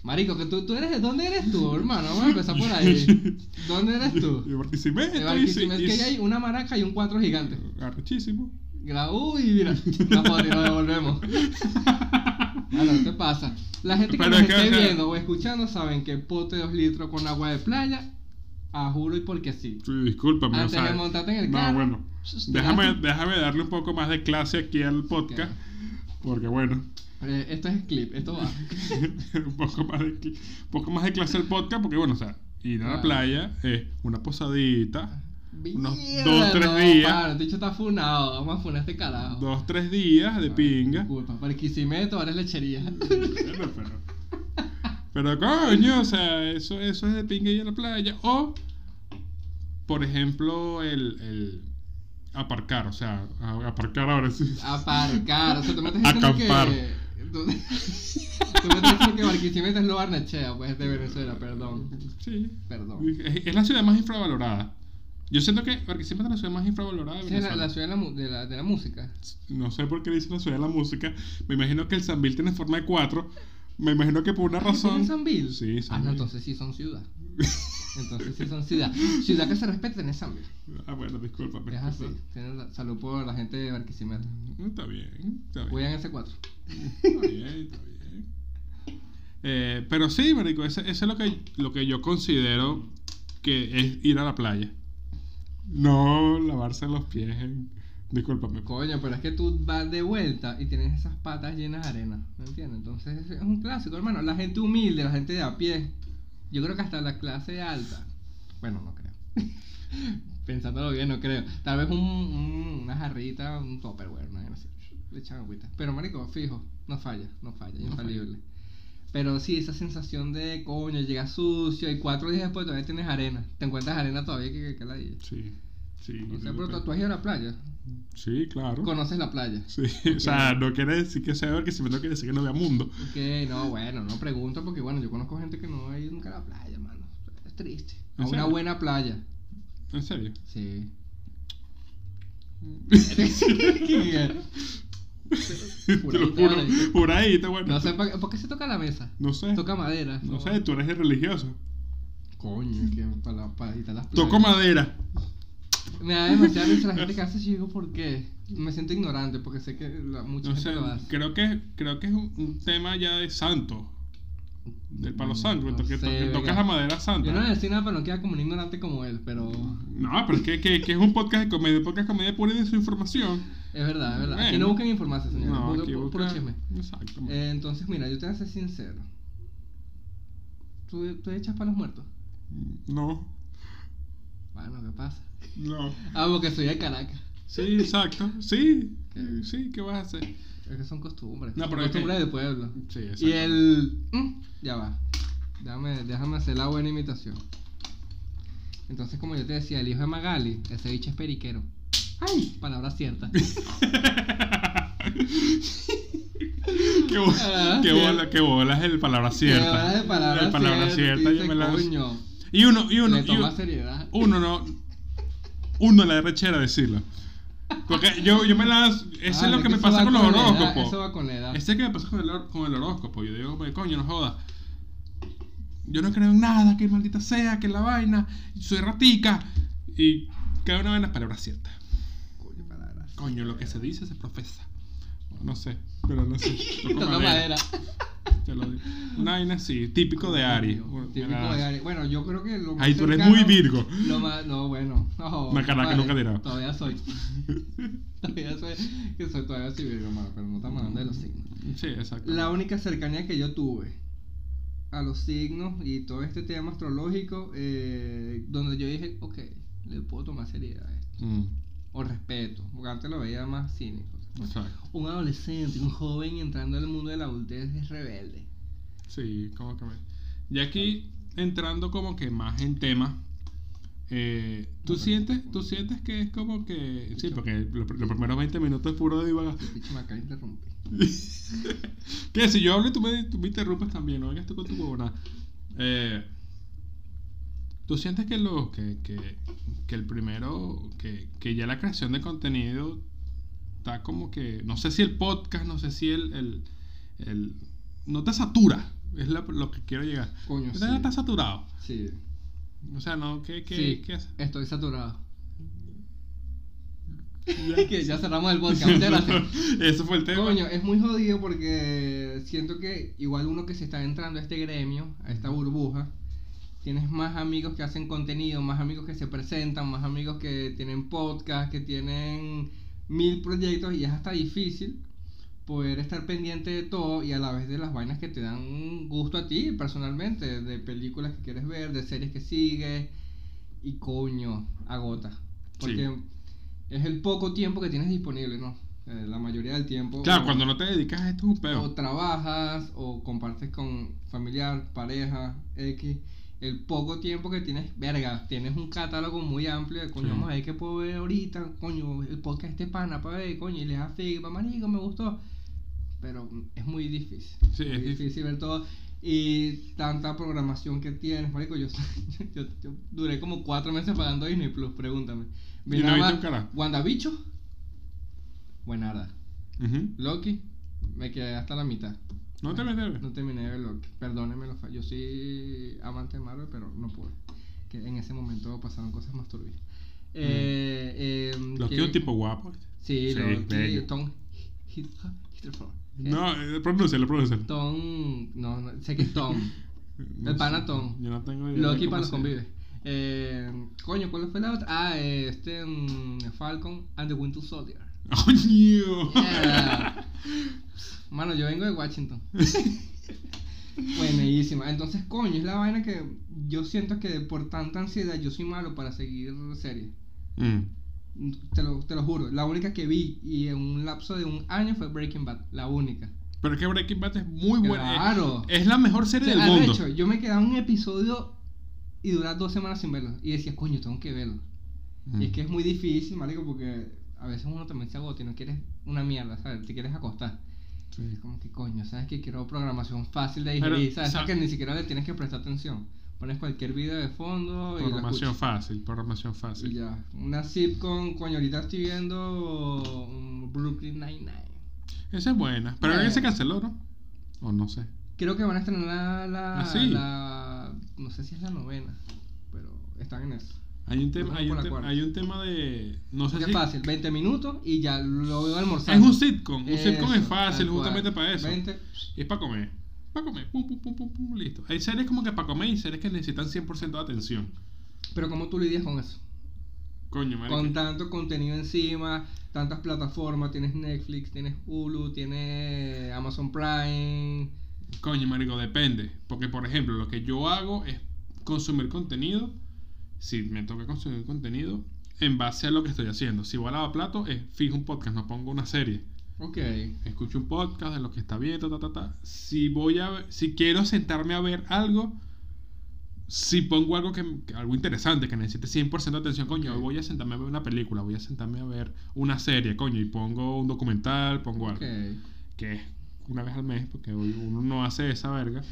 B: Marico, que tú, tú eres de dónde eres tú, hermano. Vamos a empezar por ahí. ¿Dónde eres tú?
A: Yo participé.
B: De
A: esto, y sí-
B: Barquisimeto,
A: y
B: es que
A: sí-
B: ahí hay una maraca y un cuatro gigante.
A: Arrechísimo.
B: Gra- Uy, mira, la foto y nos devolvemos. Bueno, ¿qué pasa? La gente que
A: Pero
B: nos
A: es que,
B: esté
A: o sea-
B: viendo o escuchando saben que pote 2 litros con agua de playa, a juro y porque sí.
A: Sí, discúlpame.
B: Antes
A: o sea,
B: de montarte en el
A: no,
B: carro.
A: bueno.
B: Sus-
A: Déjame, déjame darle un poco más de clase aquí al podcast. Porque bueno,
B: Eh, Esto es clip, esto va.
A: un poco más de, cl- un poco más de clase al podcast. Porque bueno, o sea, ir a
B: Claro.
A: la playa es una posadita. Unos
B: Mierda,
A: dos, tres
B: no,
A: días.
B: Para, el dicho está funado. Vamos a funar este carajo.
A: Dos, tres días de
B: Ah,
A: pinga.
B: Disculpa, Barquisimeto, ahora es lechería.
A: Bueno, pero, pero coño, o sea, eso, eso es de pinga y a la playa. O, por ejemplo, el, el aparcar, o sea, a- aparcar ahora sí.
B: Aparcar. O sea, tú me estás diciendo
A: Acampar.
B: que. Tú, tú me estás diciendo que Barquisimeto es lo barnechea, pues de Venezuela, perdón.
A: Sí.
B: Perdón.
A: Es, es la ciudad más infravalorada. Yo siento que Barquisimeto es la ciudad más infravalorada de
B: Esa es la,
A: Venezuela.
B: la ciudad de la, mu- de la, de la música.
A: No sé por qué le dicen la ciudad de la música. Me imagino que el Sambil tiene forma de cuatro. Me imagino que por una razón.
B: ¿Tienen San Bill?
A: Sí,
B: Ah,
A: Sambil.
B: no, entonces sí son ciudad. Entonces sí son ciudad. Ciudad que se respete en San Bill.
A: Ah, bueno, discúlpame.
B: Es así. Tienen la- Salud por la gente de Barquisimeto.
A: Está bien, está bien.
B: Cuidan ese 4.
A: Está bien, está bien. Eh, pero sí, marico, ese, ese es lo que, lo que yo considero que es ir a la playa. No lavarse los pies. en- Discúlpame.
B: Coño, pero es que tú vas de vuelta y tienes esas patas llenas de arena, ¿me entiendes? Entonces es un clásico, hermano. La gente humilde, la gente de a pie, yo creo que hasta la clase alta, bueno, no creo. Pensándolo bien, no creo. Tal vez un, un- una jarrita, un topperware, una vaina así, le echan agüita. Pero marico, fijo, no falla, no falla,
A: No falla.
B: infalible. Pero sí, esa sensación de coño, llegas sucio y cuatro días después todavía tienes arena. Te encuentras arena todavía que, que, que la dilla.
A: Sí, sí.
B: O
A: no
B: sea,
A: sé
B: pero
A: por
B: tú-
A: qué.
B: tú has ido a la playa,
A: Sí, claro.
B: conoces la playa.
A: Sí, o sea, no quiere decir que sea ver que si me quiere decir que no vea mundo.
B: Que no, bueno, no pregunto porque bueno, yo conozco gente que no ha ido nunca a la playa, mano. Es triste.
A: ¿En
B: A una
A: serio?
B: buena playa.
A: En serio.
B: Sí.
A: Te lo
B: Juradito,
A: juro.
B: vale.
A: Juradito, bueno.
B: no sé, ¿por qué- ¿por qué se toca la mesa?
A: No sé.
B: Toca madera.
A: No sé, tú eres el religioso.
B: Coño, que para, la- para editar las playas.
A: Toco madera.
B: Me da demasiada risa la gente que hace eso y yo digo, ¿por qué? Me siento ignorante porque sé que la- mucha
A: No
B: gente
A: sé,
B: lo hace.
A: creo que, creo que es un, un tema ya de santo. Del palo
B: Mm,
A: santo,
B: no
A: que, to- que
B: sé, venga.
A: tocas la madera santa.
B: Yo no voy a decir nada para no quedar como un ignorante como él, pero
A: No, pero es que, que- que es un podcast de comedia, un podcast de comedia pura de su información.
B: es verdad, es verdad. Aquí
A: Bueno.
B: no busquen información, señores.
A: No,
B: puro-
A: aquí
B: puro- puro
A: busca-
B: chisme.
A: Exacto.
B: Eh, entonces, mira, yo te voy a ser sincero. ¿Tú, tú echas palos muertos?
A: No,
B: Bueno, ¿qué pasa?
A: no.
B: Ah, porque soy de Caracas.
A: Sí, exacto. Sí,
B: Ok.
A: sí, ¿qué vas a hacer?
B: Es que son costumbres.
A: No,
B: son
A: pero es que-
B: costumbres de pueblo.
A: Sí, exacto.
B: Y el... mm, ya va. Déjame, déjame hacer la buena imitación. Entonces, como yo te decía, el hijo de Magali, ese bicho es periquero. ¡Ay! Palabra cierta.
A: qué, bo-
B: Ah,
A: qué
B: sí.
A: bola, qué bola es el palabra cierta.
B: Palabra de palabra,
A: El palabra cierta,
B: y
A: yo
B: dice,
A: me la-
B: coño,
A: Y uno, y uno,
B: le
A: y
B: toma
A: uno-
B: seriedad.
A: uno no. Uno la rechera decirlo. Porque yo, yo me las. Eso
B: Ah,
A: es
B: es
A: lo que
B: que
A: me
B: eso
A: pasa
B: va
A: con los
B: con la edad,
A: horóscopos.
B: eso va con ah. la edad.
A: Este es que me pasa con el, hor- con el horóscopo. Yo digo, "Pues, coño, no jodas. Yo no creo en nada, que maldita sea, que la vaina. Soy ratica. Y cada una de las palabras ciertas.
B: Coño, palabra
A: Coño, lo que se dice se profesa. No sé, pero no sé. Toco
B: Toca madera.
A: madera. Te lo digo. Una vaina así, típico de Ari. Bueno,
B: Típico de
A: nada.
B: Aries. Bueno, yo creo que lo más
A: Ay, tú eres
B: cercano-
A: muy Virgo.
B: Lo más, no, bueno. No,
A: Una cara que
B: compadre,
A: nunca dirá.
B: Todavía soy. todavía soy. Que soy todavía soy Virgo, hermano, pero no estamos hablando de los signos.
A: Sí, exacto.
B: La única cercanía que yo tuve a los signos y todo este tema astrológico, eh, donde yo dije, ok, le puedo tomar seriedad a esto.
A: Mm,
B: O respeto, porque antes lo veía más cínico.
A: exacto.
B: Un adolescente, un joven entrando al mundo de la adultez es rebelde.
A: Sí, como que me. Y aquí, entrando como que más en tema. eh, ¿tú,
B: Bueno,
A: sientes,
B: bueno.
A: ¿Tú sientes que es como que.? Sí,
B: Escucha.
A: porque lo- los primeros 20 minutos es puro divagar.
B: El pinche Macario interrumpe.
A: que si yo hablo y tú me, tú me interrumpes también, no vengas tú con tu huevonada. Eh, ¿Tú sientes que, lo, que, que, que el primero, que, que ya la creación de contenido está como que, no sé si el podcast, no sé si el, el, el- no te satura, es la- lo que quiero llegar.
B: Coño,
A: No te-
B: sí.
A: está saturado.
B: Sí.
A: O sea, no, ¿qué, qué,
B: sí,
A: qué hace?
B: estoy saturado. que ya cerramos el podcast. Muchas gracias.
A: Eso fue el tema.
B: Coño, es muy jodido porque siento que igual uno que se está entrando a este gremio, a esta burbuja, tienes más amigos que hacen contenido, más amigos que se presentan, más amigos que tienen podcast, que tienen mil proyectos y es hasta difícil poder estar pendiente de todo y a la vez de las vainas que te dan gusto a ti personalmente, de películas que quieres ver, de series que sigues y coño, agota. Porque
A: Sí.
B: es el poco tiempo que tienes disponible, ¿no? Eh, la mayoría del tiempo.
A: Claro,
B: o-
A: cuando no te dedicas a esto es un
B: o
A: peo.
B: trabajas o compartes con familiar, pareja, X. El poco tiempo que tienes, verga, tienes un catálogo muy amplio de coño,
A: Sí.
B: vamos a ver qué puedo ver ahorita, coño, el podcast este pana para ver, coño, y le da feedback, marico, me gustó. Pero mm, es muy difícil.
A: Sí,
B: muy
A: es dif-
B: difícil ver todo. Y tanta programación que tienes, marico, yo, yo, yo duré como cuatro meses pagando Disney Plus, pregúntame.
A: Y
B: nada
A: no viste
B: más,
A: un carajo.
B: Wandabicho, buenarda.
A: Ujú.
B: Loki, me quedé hasta la mitad.
A: No te metes.
B: No terminé de ver Loki. Perdónenme, los fa- yo soy amante de Marvel, pero no pude. Que en ese momento pasaron cosas más turbias.
A: Mm.
B: Eh, eh,
A: Lo que
B: que-
A: es un tipo guapo.
B: Sí,
A: Sí,
B: Loki,
A: bello.
B: Tom Hiddleston. Hiddleston.
A: No, eh, pronúncialo, pronúncialo.
B: Tom. No, no, sé que es Tom.
A: No
B: El
A: sé,
B: panatón.
A: Yo no tengo idea. de
B: Loki
A: cómo
B: para los
A: se-
B: convives. Eh, coño, ¿cuál fue la otra? Ah, eh, este. mm, Falcon and the Winter Soldier.
A: ¡Coño!
B: Yeah. Eh, Mano, yo vengo de Washington. Buenísima. Entonces, coño, es la vaina que yo siento que por tanta ansiedad yo soy malo para seguir series.
A: Mm.
B: Te lo, te lo juro. La única que vi y en un lapso de un año fue Breaking Bad. La única.
A: Pero es que Breaking Bad es muy buena. eh,
B: Claro.
A: Es la mejor
B: O
A: serie
B: sea,
A: del mundo.
B: arrecho, yo me quedaba un episodio y duraba dos semanas sin verlo. Y decía, coño, tengo que verlo.
A: Mm.
B: Y es que es muy difícil, marico, porque a veces uno también se agota y no quieres una mierda, ¿sabes? Te quieres acostar. Es
A: Sí.
B: como que coño, sabes que quiero programación fácil de
A: Pero,
B: digerir, sabes
A: sa-
B: que ni siquiera le tienes que prestar atención. Pones cualquier video de fondo y la
A: Programación
B: escuchas.
A: fácil, programación
B: Y
A: fácil.
B: ya, una sitcom, coño, ahorita estoy viendo mm, Brooklyn Nine-Nine.
A: Esa es buena. Pero
B: Eh.
A: ahora que se canceló, ¿no? O no sé.
B: Creo que van a estrenar la, la,
A: ¿Ah, sí?
B: la- no sé si es la novena, pero están en eso.
A: Hay un tema,
B: Vamos
A: hay
B: por
A: un,
B: la
A: tema-
B: cuarta.
A: hay un tema de. No sé
B: Porque
A: si.
B: es fácil, 20 minutos y ya lo veo
A: Es
B: almorzando.
A: un sitcom. Un sitcom es
B: Eso,
A: fácil
B: tal cual.
A: justamente para eso.
B: 20,
A: Es para comer. Para comer. Pum, pum, pum, pum, pum, listo. Hay series como que para comer y series que necesitan 100% de atención.
B: pero ¿cómo tú lidias con eso?
A: Coño, marico.
B: con tanto contenido encima, tantas plataformas, tienes Netflix, tienes Hulu, tienes Amazon Prime.
A: Coño, marico, depende. Porque, por ejemplo, lo que yo hago es consumir contenido. Si me toca consumir contenido, en base a lo que estoy haciendo. Si voy a lavar plato, es fijo un podcast, no pongo una serie.
B: Ok.
A: Escucho un podcast de lo que está viendo, ta, ta, ta. Si voy a ver- si quiero sentarme a ver algo, si pongo algo que, que- algo interesante, que necesite 100% de atención, coño,
B: Ok.
A: voy a sentarme a ver una película, voy a sentarme a ver una serie, coño, y pongo un documental, pongo algo.
B: Ok.
A: Que es una vez al mes, porque hoy uno no hace esa verga.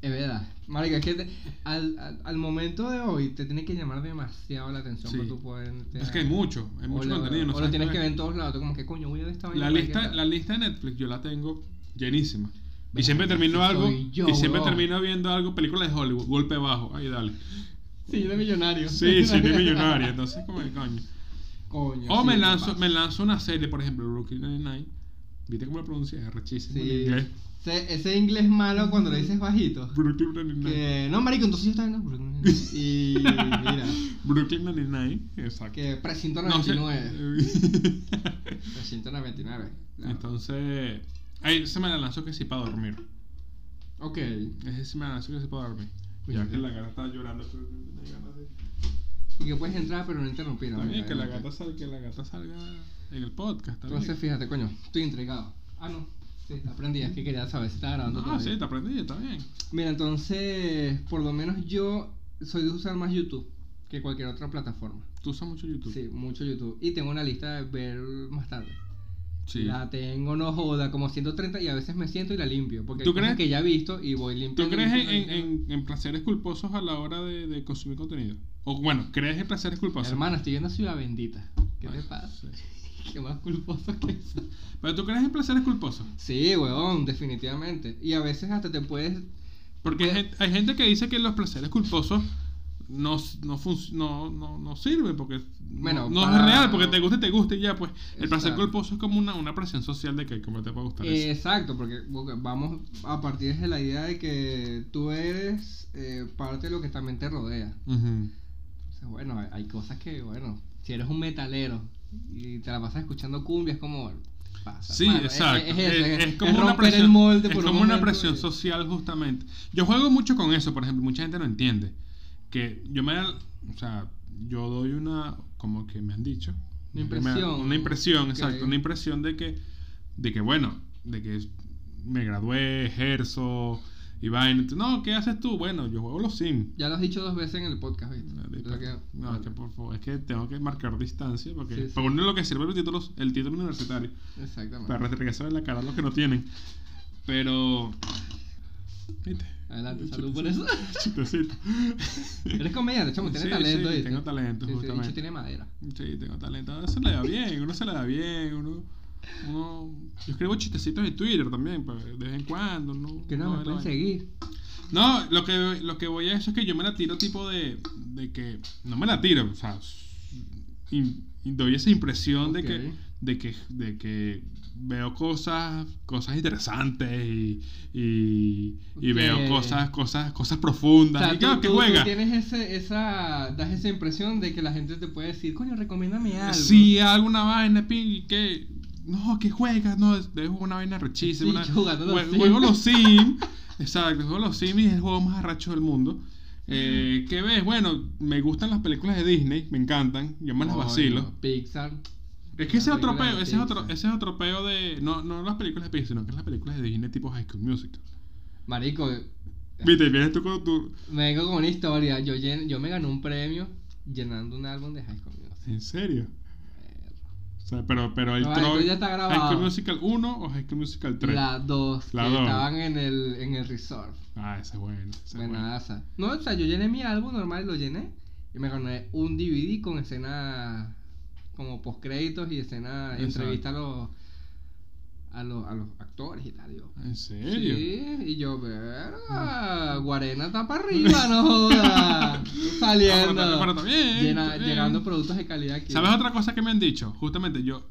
B: Es verdad. Marica, es que te- al, al, al momento de hoy te tiene que llamar demasiado la atención
A: Sí.
B: para tú poder.
A: Es que hay mucho, hay mucho
B: o
A: contenido.
B: Lo, o
A: no
B: lo
A: sabes
B: tienes
A: cuál
B: que
A: es.
B: ver en todos lados. tú como que coño, voy a ver esta vaina
A: La
B: para
A: lista,
B: que-
A: la lista de Netflix yo la tengo llenísima. Y
B: Verga,
A: siempre termino
B: ese
A: algo.
B: soy yo,
A: y siempre
B: weón.
A: termino viendo algo, películas de Hollywood, golpe bajo. Ahí dale.
B: Sí, de millonario.
A: Sí, sí, de millonaria. Entonces, como que coño.
B: Coño.
A: O
B: sí,
A: me
B: te
A: lanzo,
B: pasa.
A: me lanzo una serie, por ejemplo, Brooklyn Nine-Nine. ¿Viste cómo la pronuncia? Es rechísimo en
B: Sí.
A: inglés.
B: Ese, ese inglés malo cuando lo dices bajito.
A: Brooklyn Nine-Nine.
B: Que, no, marico, entonces yo estaba viendo. Y mira,
A: Brooklyn Nine-Nine, exacto.
B: que precinto
A: No eh, sé.
B: 99. 399. claro.
A: Entonces, ahí se me la lanzo que sí para dormir.
B: Ok.
A: Ese sí me la lanzo que sí para dormir.
B: Uy,
A: ya
B: sí.
A: que la gata está llorando, pero que no hay ganas de.
B: Y que puedes entrar, pero no interrumpir.
A: Está
B: amiga,
A: bien, que la
B: adelante.
A: gata salga, que la gata salga en el podcast. está bien.
B: Entonces, fíjate, coño, estoy intrigado. Ah, no. Sí, te aprendí, es que quería saber si estaba grabando.
A: No,
B: todavía.
A: Ah, sí, te aprendí, está bien.
B: Mira, entonces, por lo menos yo soy de usar más YouTube que cualquier otra plataforma.
A: Tú usas mucho YouTube.
B: Sí, mucho YouTube. Y tengo una lista de ver más tarde.
A: Sí.
B: La tengo, no joda, como 130 y a veces me siento y la limpio. Porque hay
A: ¿Tú
B: cosas
A: crees?
B: que ya he visto y voy limpiando.
A: ¿Tú crees en,
B: limpiando,
A: en-
B: limpiando.
A: en- en placeres culposos a la hora de, de consumir contenido? O bueno, ¿crees en placeres culposos?
B: Hermana, estoy viendo Ciudad Bendita. ¿Qué
A: Ay,
B: te pasa?
A: sí.
B: Qué más culposo que eso.
A: Pero tú crees en placeres culposos.
B: Sí, weón, definitivamente. Y a veces hasta te puedes.
A: Porque hay gente, hay gente que dice que los placeres culposos no, s- no, func- no, no, no sirven porque no-
B: Bueno,
A: no, es
B: para-
A: real, porque te gusta y te gusta y ya, pues. El placer
B: Exacto. Eh,
A: culposo es como una, una presión social de que como te puede gustar eso.
B: Exacto, porque porque vamos a partir de la idea de que tú eres eh, parte de lo que también te rodea.
A: Ujú.
B: Entonces, bueno, hay- hay cosas que, bueno, si eres un metalero y te la pasas escuchando cumbia, es como. pasa,
A: Sí,
B: mano, es-
A: exacto.
B: Es,
A: Es,
B: eso, es-
A: es
B: es
A: como una
B: romper el
A: presión,
B: molde
A: es
B: por un
A: como una
B: momento
A: presión
B: y-
A: social justamente. Yo juego mucho con eso, por ejemplo, mucha gente no entiende que yo me, o sea, yo doy una como que me han dicho,
B: Una
A: que me-
B: impresión,
A: una impresión,
B: ok.
A: exacto, una impresión de que de que bueno, de que me gradué, ejerzo y vaina. Entonces, No, ¿qué haces tú? Bueno, yo juego los Sims.
B: Ya lo has dicho dos veces en el podcast, ¿viste?
A: No,
B: O sea que-
A: es que por favor, es que tengo que marcar distancia porque
B: Sí, sí.
A: para uno es lo que sirve el título, el título universitario
B: Exactamente.
A: para regresar en la cara a los que no tienen. Pero. ¿Viste?
B: Adelante,
A: Un
B: salud por eso.
A: Chistecito.
B: Eres comediante, chamo, tienes
A: Sí,
B: talento.
A: sí,
B: ¿viste?
A: tengo talento,
B: Sí, sí, el
A: justamente.
B: bicho tiene madera.
A: Sí, tengo talento. A veces le da bien, uno se le da bien, uno. uno- Yo escribo chistecitos en Twitter también, pa- de vez en cuando. No,
B: Que no,
A: No,
B: me
A: no,
B: pueden
A: no.
B: seguir.
A: No, lo que, lo que voy a eso es que yo me la tiro tipo de, de que no me la tiro, o sea, in- in- doy esa impresión
B: Ok.
A: de que de que de que veo cosas cosas interesantes y y, y
B: Ok.
A: veo cosas cosas cosas profundas y claro, que juega
B: tienes ese, esa, das esa impresión de que la gente te puede decir, coño,
A: Eh,
B: recomiéndame algo.
A: si alguna vaina ping que no que juegas no es es una vaina rechísima
B: Sí,
A: una-
B: yo jugando los
A: jue-
B: Sims.
A: juego los Sims exacto juego los Sims y es el juego más arracho del mundo eh, ¿Qué ves? Bueno, me gustan las películas de Disney, me encantan, yo me las
B: Coño,
A: vacilo.
B: Pixar.
A: Es que ese es
B: Las
A: otro
B: películas
A: peo,
B: de
A: ese es otro,
B: Pixar.
A: ese es otro peo de. No, no las películas de Pixar, sino que es las películas de Disney tipo High School Musical.
B: Marico,
A: Viste, vienes tú con tu.
B: me vengo con una historia. Yo, llen- yo me gané un premio llenando un álbum de High School Musical.
A: ¿En serio? O sea, pero, pero el
B: No,
A: troll.
B: esto ya está grabado.
A: High School Musical 1 o High School Musical 3.
B: La dos
A: La
B: que
A: dos.
B: estaban en el, en el resort.
A: Ah, ese es bueno. Ese es bueno.
B: Buenaza. No, o sea, yo llené mi álbum normal y lo llené. Y me gané un DVD con escenas como postcréditos y escenas,
A: Exacto.
B: entrevista a los, a los, a los actores y tal. y yo,
A: ¿En serio? Ah.
B: Sí, y yo, verga, Guarena está para arriba, no joda. Saliendo.
A: Ah, pero- Ah, pero está bien,
B: Llena-
A: está bien.
B: Llegando productos de calidad aquí.
A: ¿Sabes otra cosa que me han dicho? Justamente yo.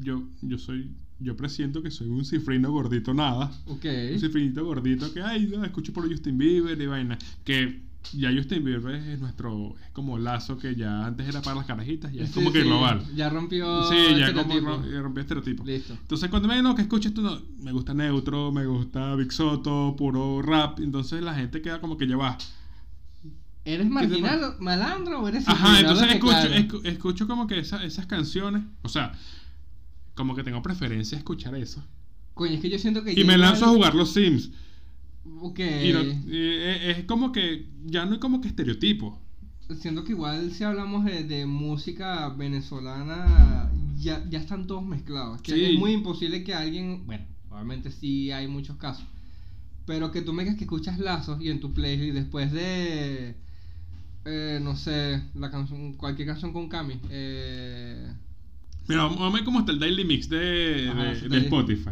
A: Yo, yo soy. Yo presiento que soy un cifrino gordito nada.
B: Ok.
A: Un cifrinito gordito que, ay, no, escucho por Justin Bieber y vaina. Que ya Justin Bieber es nuestro. Es como lazo que ya antes era para las carajitas, ya es
B: Sí,
A: como que
B: sí,
A: global.
B: Ya rompió.
A: Sí, ya como
B: estereotipos.
A: ro- ya rompí estereotipos.
B: Listo.
A: Entonces, cuando me lo que escuchas tú, no, me gusta neutro, me gusta Big Soto, puro rap. Entonces, la gente queda como que ya va.
B: ¿Eres marginal, malandro o eres
A: Ajá,
B: discriminado?
A: entonces
B: Que
A: escucho,
B: claro.
A: escu- escucho como que esa- esas canciones, o sea, como que tengo preferencia a escuchar eso.
B: Coño, es que yo siento que.
A: Y me lanzo a jugar los Sims.
B: jugar. Ok.
A: Y no- y e, es es como que ya no hay como que estereotipo.
B: Siento que igual si hablamos de, de música venezolana, ya, ya están todos mezclados. Que
A: Sí.
B: Es muy imposible que alguien. Bueno, obviamente sí hay muchos casos. Pero que tú me digas que escuchas lazos y en tu playlist después de. eh, no sé, la canción, cualquier canción con Cami. Eh,
A: Mira, vamos a ver cómo está el Daily Mix de,
B: Ajá,
A: de-
B: eso está
A: de
B: ahí.
A: Spotify.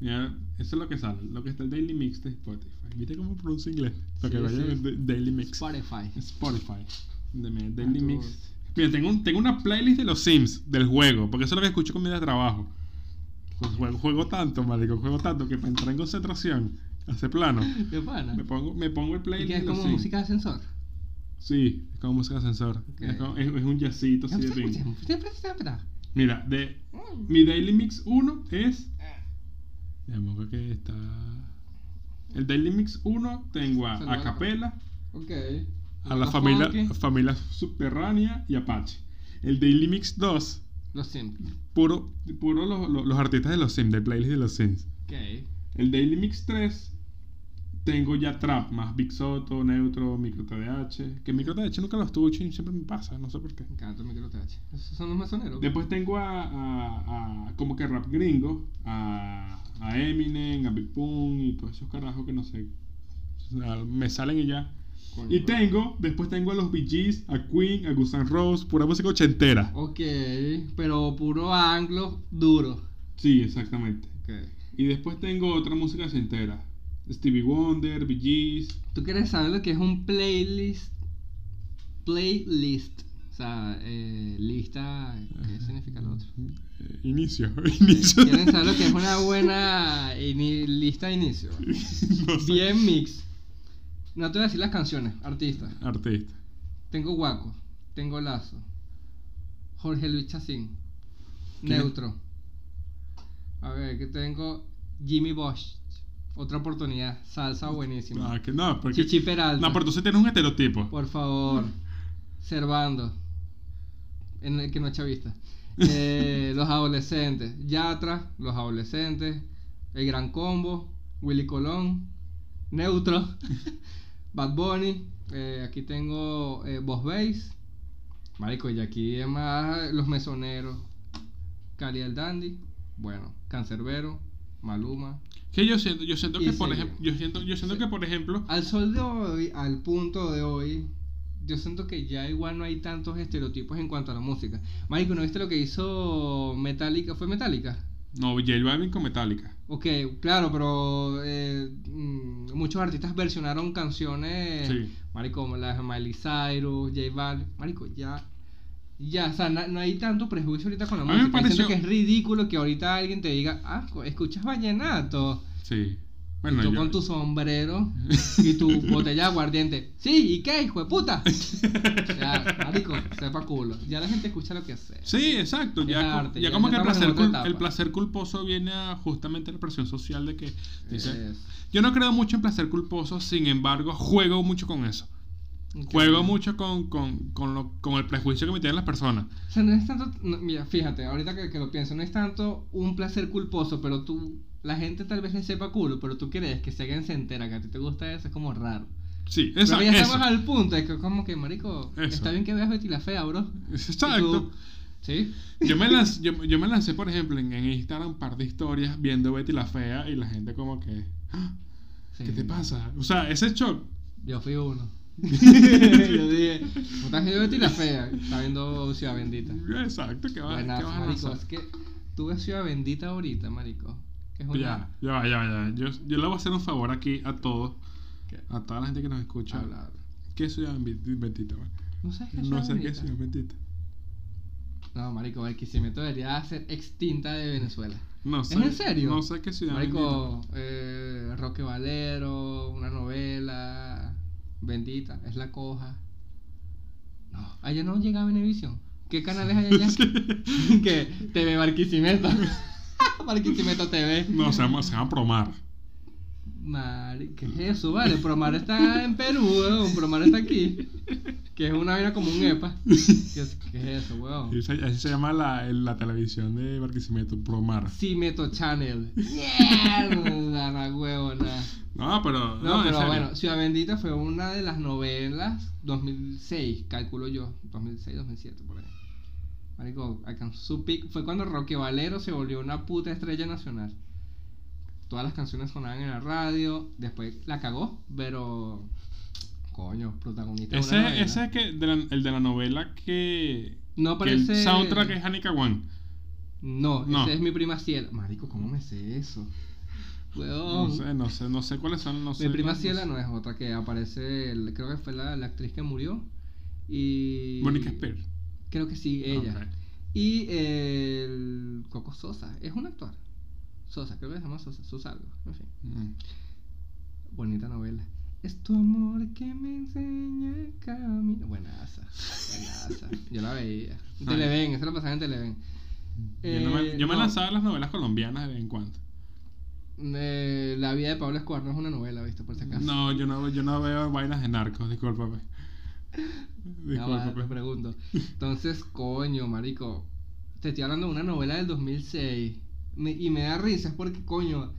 A: Mira, eso es lo que sale, lo que está el Daily Mix de Spotify. ¿Viste cómo pronuncia inglés? Lo que
B: Sí,
A: vaya
B: sí.
A: en el Daily Mix.
B: Spotify.
A: Spotify. De mi
B: Ah,
A: Daily
B: tú-
A: Mix. Mira, tengo, un- tengo una playlist de los Sims, del juego, porque eso es lo que escucho con mi día de trabajo. Pues juego, juego tanto, marico, juego tanto que para entrar en concentración, hace plano.
B: De pana.
A: Me pongo, me pongo el
B: Y
A: playlist
B: que es
A: de los
B: como
A: Sims.
B: música de ascensor.
A: Sí, es como música de ascensor.
B: Ok.
A: Es, como- es- es un jazzito así de ring. Mira, de mi Daily Mix 1 es.
B: Ah.
A: Ya me acuerdo que está. El Daily Mix 1 tengo a
B: Saluda.
A: Acapela,
B: Ok.
A: a la
B: Los
A: familia,
B: funky,
A: familia subterránea y Apache. El Daily Mix 2,
B: Los Sims.
A: puro, puro los, los- los artistas de los Sims, del playlist de los Sims.
B: Ok.
A: El Daily Mix 3 tengo ya trap, más Big Soto, Neutro, Micro TDH. Que Micro TDH nunca lo estuvo y siempre me pasa, no sé por qué.
B: Me encanta micro TH. Esos son los masoneros.
A: Después tengo a, a- a- como que rap gringo, a, a Eminem, a Big Pun y todos esos carajos que no sé. o sea, Me salen y ya.
B: Coño,
A: Y
B: bro.
A: tengo, después tengo a los Bee Gees, a Queen, a Gusan Rose, pura música ochentera.
B: Ok, pero puro anglo duro.
A: Sí, exactamente.
B: Ok.
A: Y después tengo otra música ochentera. Stevie Wonder, Bee Gees.
B: ¿Tú quieres saber lo que es un playlist? Playlist. O sea, eh, lista. ¿Qué significa lo otro?
A: Eh, Inicio, inicio.
B: ¿Quieren saber lo que es una buena ini- lista de inicio?
A: No sé.
B: Bien mix. No te voy a decir las canciones, artistas.
A: Artista.
B: Tengo Guaco, tengo Lazo, Jorge Luis Chacín,
A: ¿Quién es?
B: Neutro. A ver, que tengo Jimmy Bosch. Otra oportunidad, salsa buenísima.
A: Ah, que no, porque.
B: Chichi Peralta.
A: No, pero entonces tienes un estereotipo.
B: Por favor, Cervando. En el que no es chavista. Eh, los adolescentes. Yatra, los adolescentes. El Gran Combo. Willy Colón. Neutro. Bad Bunny. eh, aquí tengo eh, Boss Bass. Marico, y aquí es más los mesoneros. Cali el Dandy. Bueno, Cancerbero. Maluma.
A: Que yo siento, yo siento
B: Y
A: que por
B: sigue.
A: ejemplo, yo siento, yo siento
B: Sí.
A: que por ejemplo,
B: Al sol de hoy, al punto de hoy, yo siento que ya igual no hay tantos estereotipos en cuanto a la música. Marico, ¿no viste lo que hizo Metallica? ¿Fue Metallica?
A: no, J Balvin con Metallica.
B: Ok, claro, pero eh, mm, muchos artistas versionaron canciones,
A: Sí.
B: marico, como las de Miley Cyrus, J Balvin, marico, ya, ya, o sea, na- no hay tanto prejuicio ahorita con la
A: A mí me
B: música. Yo
A: pareció-
B: Siento que es ridículo que ahorita alguien te diga, ah, co- escuchas vallenato,
A: Sí. Bueno,
B: y tú
A: yo-
B: con tu sombrero y tu botella de aguardiente. Sí, ¿y qué, hijo de puta? ya, marico, sepa culo. Ya la gente escucha lo que sea.
A: Sí, exacto.
B: Es
A: Ya, cu-
B: arte,
A: ya,
B: ya-
A: como
B: ya
A: que el
B: estamos
A: placer,
B: en otra
A: cul-
B: etapa.
A: el placer culposo viene a justamente la presión social de que dice,
B: Es-
A: yo no creo mucho en placer culposo, sin embargo, juego mucho con eso.
B: ok.
A: Juego mucho con, con, con, lo- con el prejuicio que me tienen las personas.
B: O sea, no es tanto. no, mira, fíjate, ahorita que, que lo pienso, no es tanto un placer culposo, pero tú. La gente tal vez le sepa culo, pero tú crees que si alguien se entera que a ti te gusta eso, es como raro.
A: Sí,
B: Pero
A: esa,
B: ya
A: eso.
B: estamos al punto de que, como que, marico,
A: Eso.
B: está bien que veas Betty la Fea, bro. Y
A: Exacto.
B: tú- Sí.
A: Yo me, lanz- yo, yo me lancé, por ejemplo, en, en Instagram un par de historias viendo Betty la Fea y la gente como que,
B: Sí.
A: ¿qué te pasa? O sea, ese shock.
B: Yo fui uno. yo dije, "Puta, que yo Betty la fea, está viendo Ciudad Bendita.
A: Exacto, que va,
B: Buenazo,
A: que va a
B: marico,
A: lanzar.
B: es que tú ves Ciudad Bendita ahorita, marico. Que es una...
A: Ya, ya, va, ya, va, ya. va. Yo, yo le voy a hacer un favor aquí a todos,
B: ¿Qué?
A: a toda la gente que nos escucha.
B: Habla, habla.
A: ¿Qué es Ciudad Bendita? Bendita, va?
B: No sabes qué es
A: Ah. No
B: Ciudad
A: sé qué es
B: Bendita?
A: Ciudad Bendita.
B: No, marico, el Quisimeto debería ser extinta de Venezuela.
A: No sé.
B: en serio?
A: No sé qué es Ciudad Bendita.
B: Marico, eh, Roque Valero, una novela, Bendita, es la coja. No, allá no llega Venevisión. ¿Qué canales hay allá? que TV Barquisimeto. Barquisimeto TV.
A: No, se llama, se llama Promar.
B: Mari- ¿Qué es eso? Vale, Promar está en Perú, weón. Promar está aquí. Que es una vaina como un EPA. ¿Qué es, qué es eso,
A: Y
B: weón?
A: se- Así se llama la, el- la televisión de Barquisimeto, Promar.
B: Cimeto Channel. Mierda, la huevona.
A: No, pero.
B: No,
A: en
B: pero
A: serio.
B: bueno, Ciudad Bendita fue una de las novelas 2006, calculo yo, 2006, 2007 por ahí. Marico, alcanzó su pic, fue cuando Roque Valero se volvió una puta estrella nacional. Todas las canciones sonaban en la radio, después la cagó, pero coño, protagonista de una novela.
A: Ese, ese es que de la- el de la novela que.
B: no
A: que el
B: parece
A: soundtrack es Hanika One.
B: No,
A: No.
B: ese es mi prima Ciela. Marico, ¿cómo me sé eso?
A: No
B: Weón.
A: sé, no sé, no sé cuáles son. No sé,
B: Oh. Mi prima
A: no- no
B: Ciela
A: sé.
B: no es otra que aparece, el- creo que fue la, la actriz que murió. Y.
A: Mónica Spear.
B: Creo que sí, ella.
A: Ok.
B: Y eh, el Coco Sosa, es un actor. Sosa, creo que se llama Sosa, Sosa algo, en fin.
A: Mm.
B: Bonita novela. Es tu amor que me enseña el camino. Buenaza, buenaza. Yo la veía. En
A: Ay.
B: Televen, eso lo pasaba en Televen.
A: Yo, no me,
B: Eh,
A: yo me
B: no.
A: lanzaba las novelas colombianas de vez en cuando.
B: Eh, la vida de Pablo Escobar no es una novela, ¿viste? Por si acaso.
A: No, yo no, yo no veo vainas de narcos, discúlpame.
B: Ah, Ya va, te
A: Discúlpame.
B: pregunto. Entonces, coño, marico. Te estoy hablando de una novela del 2006. me- y me da risa es porque, coño,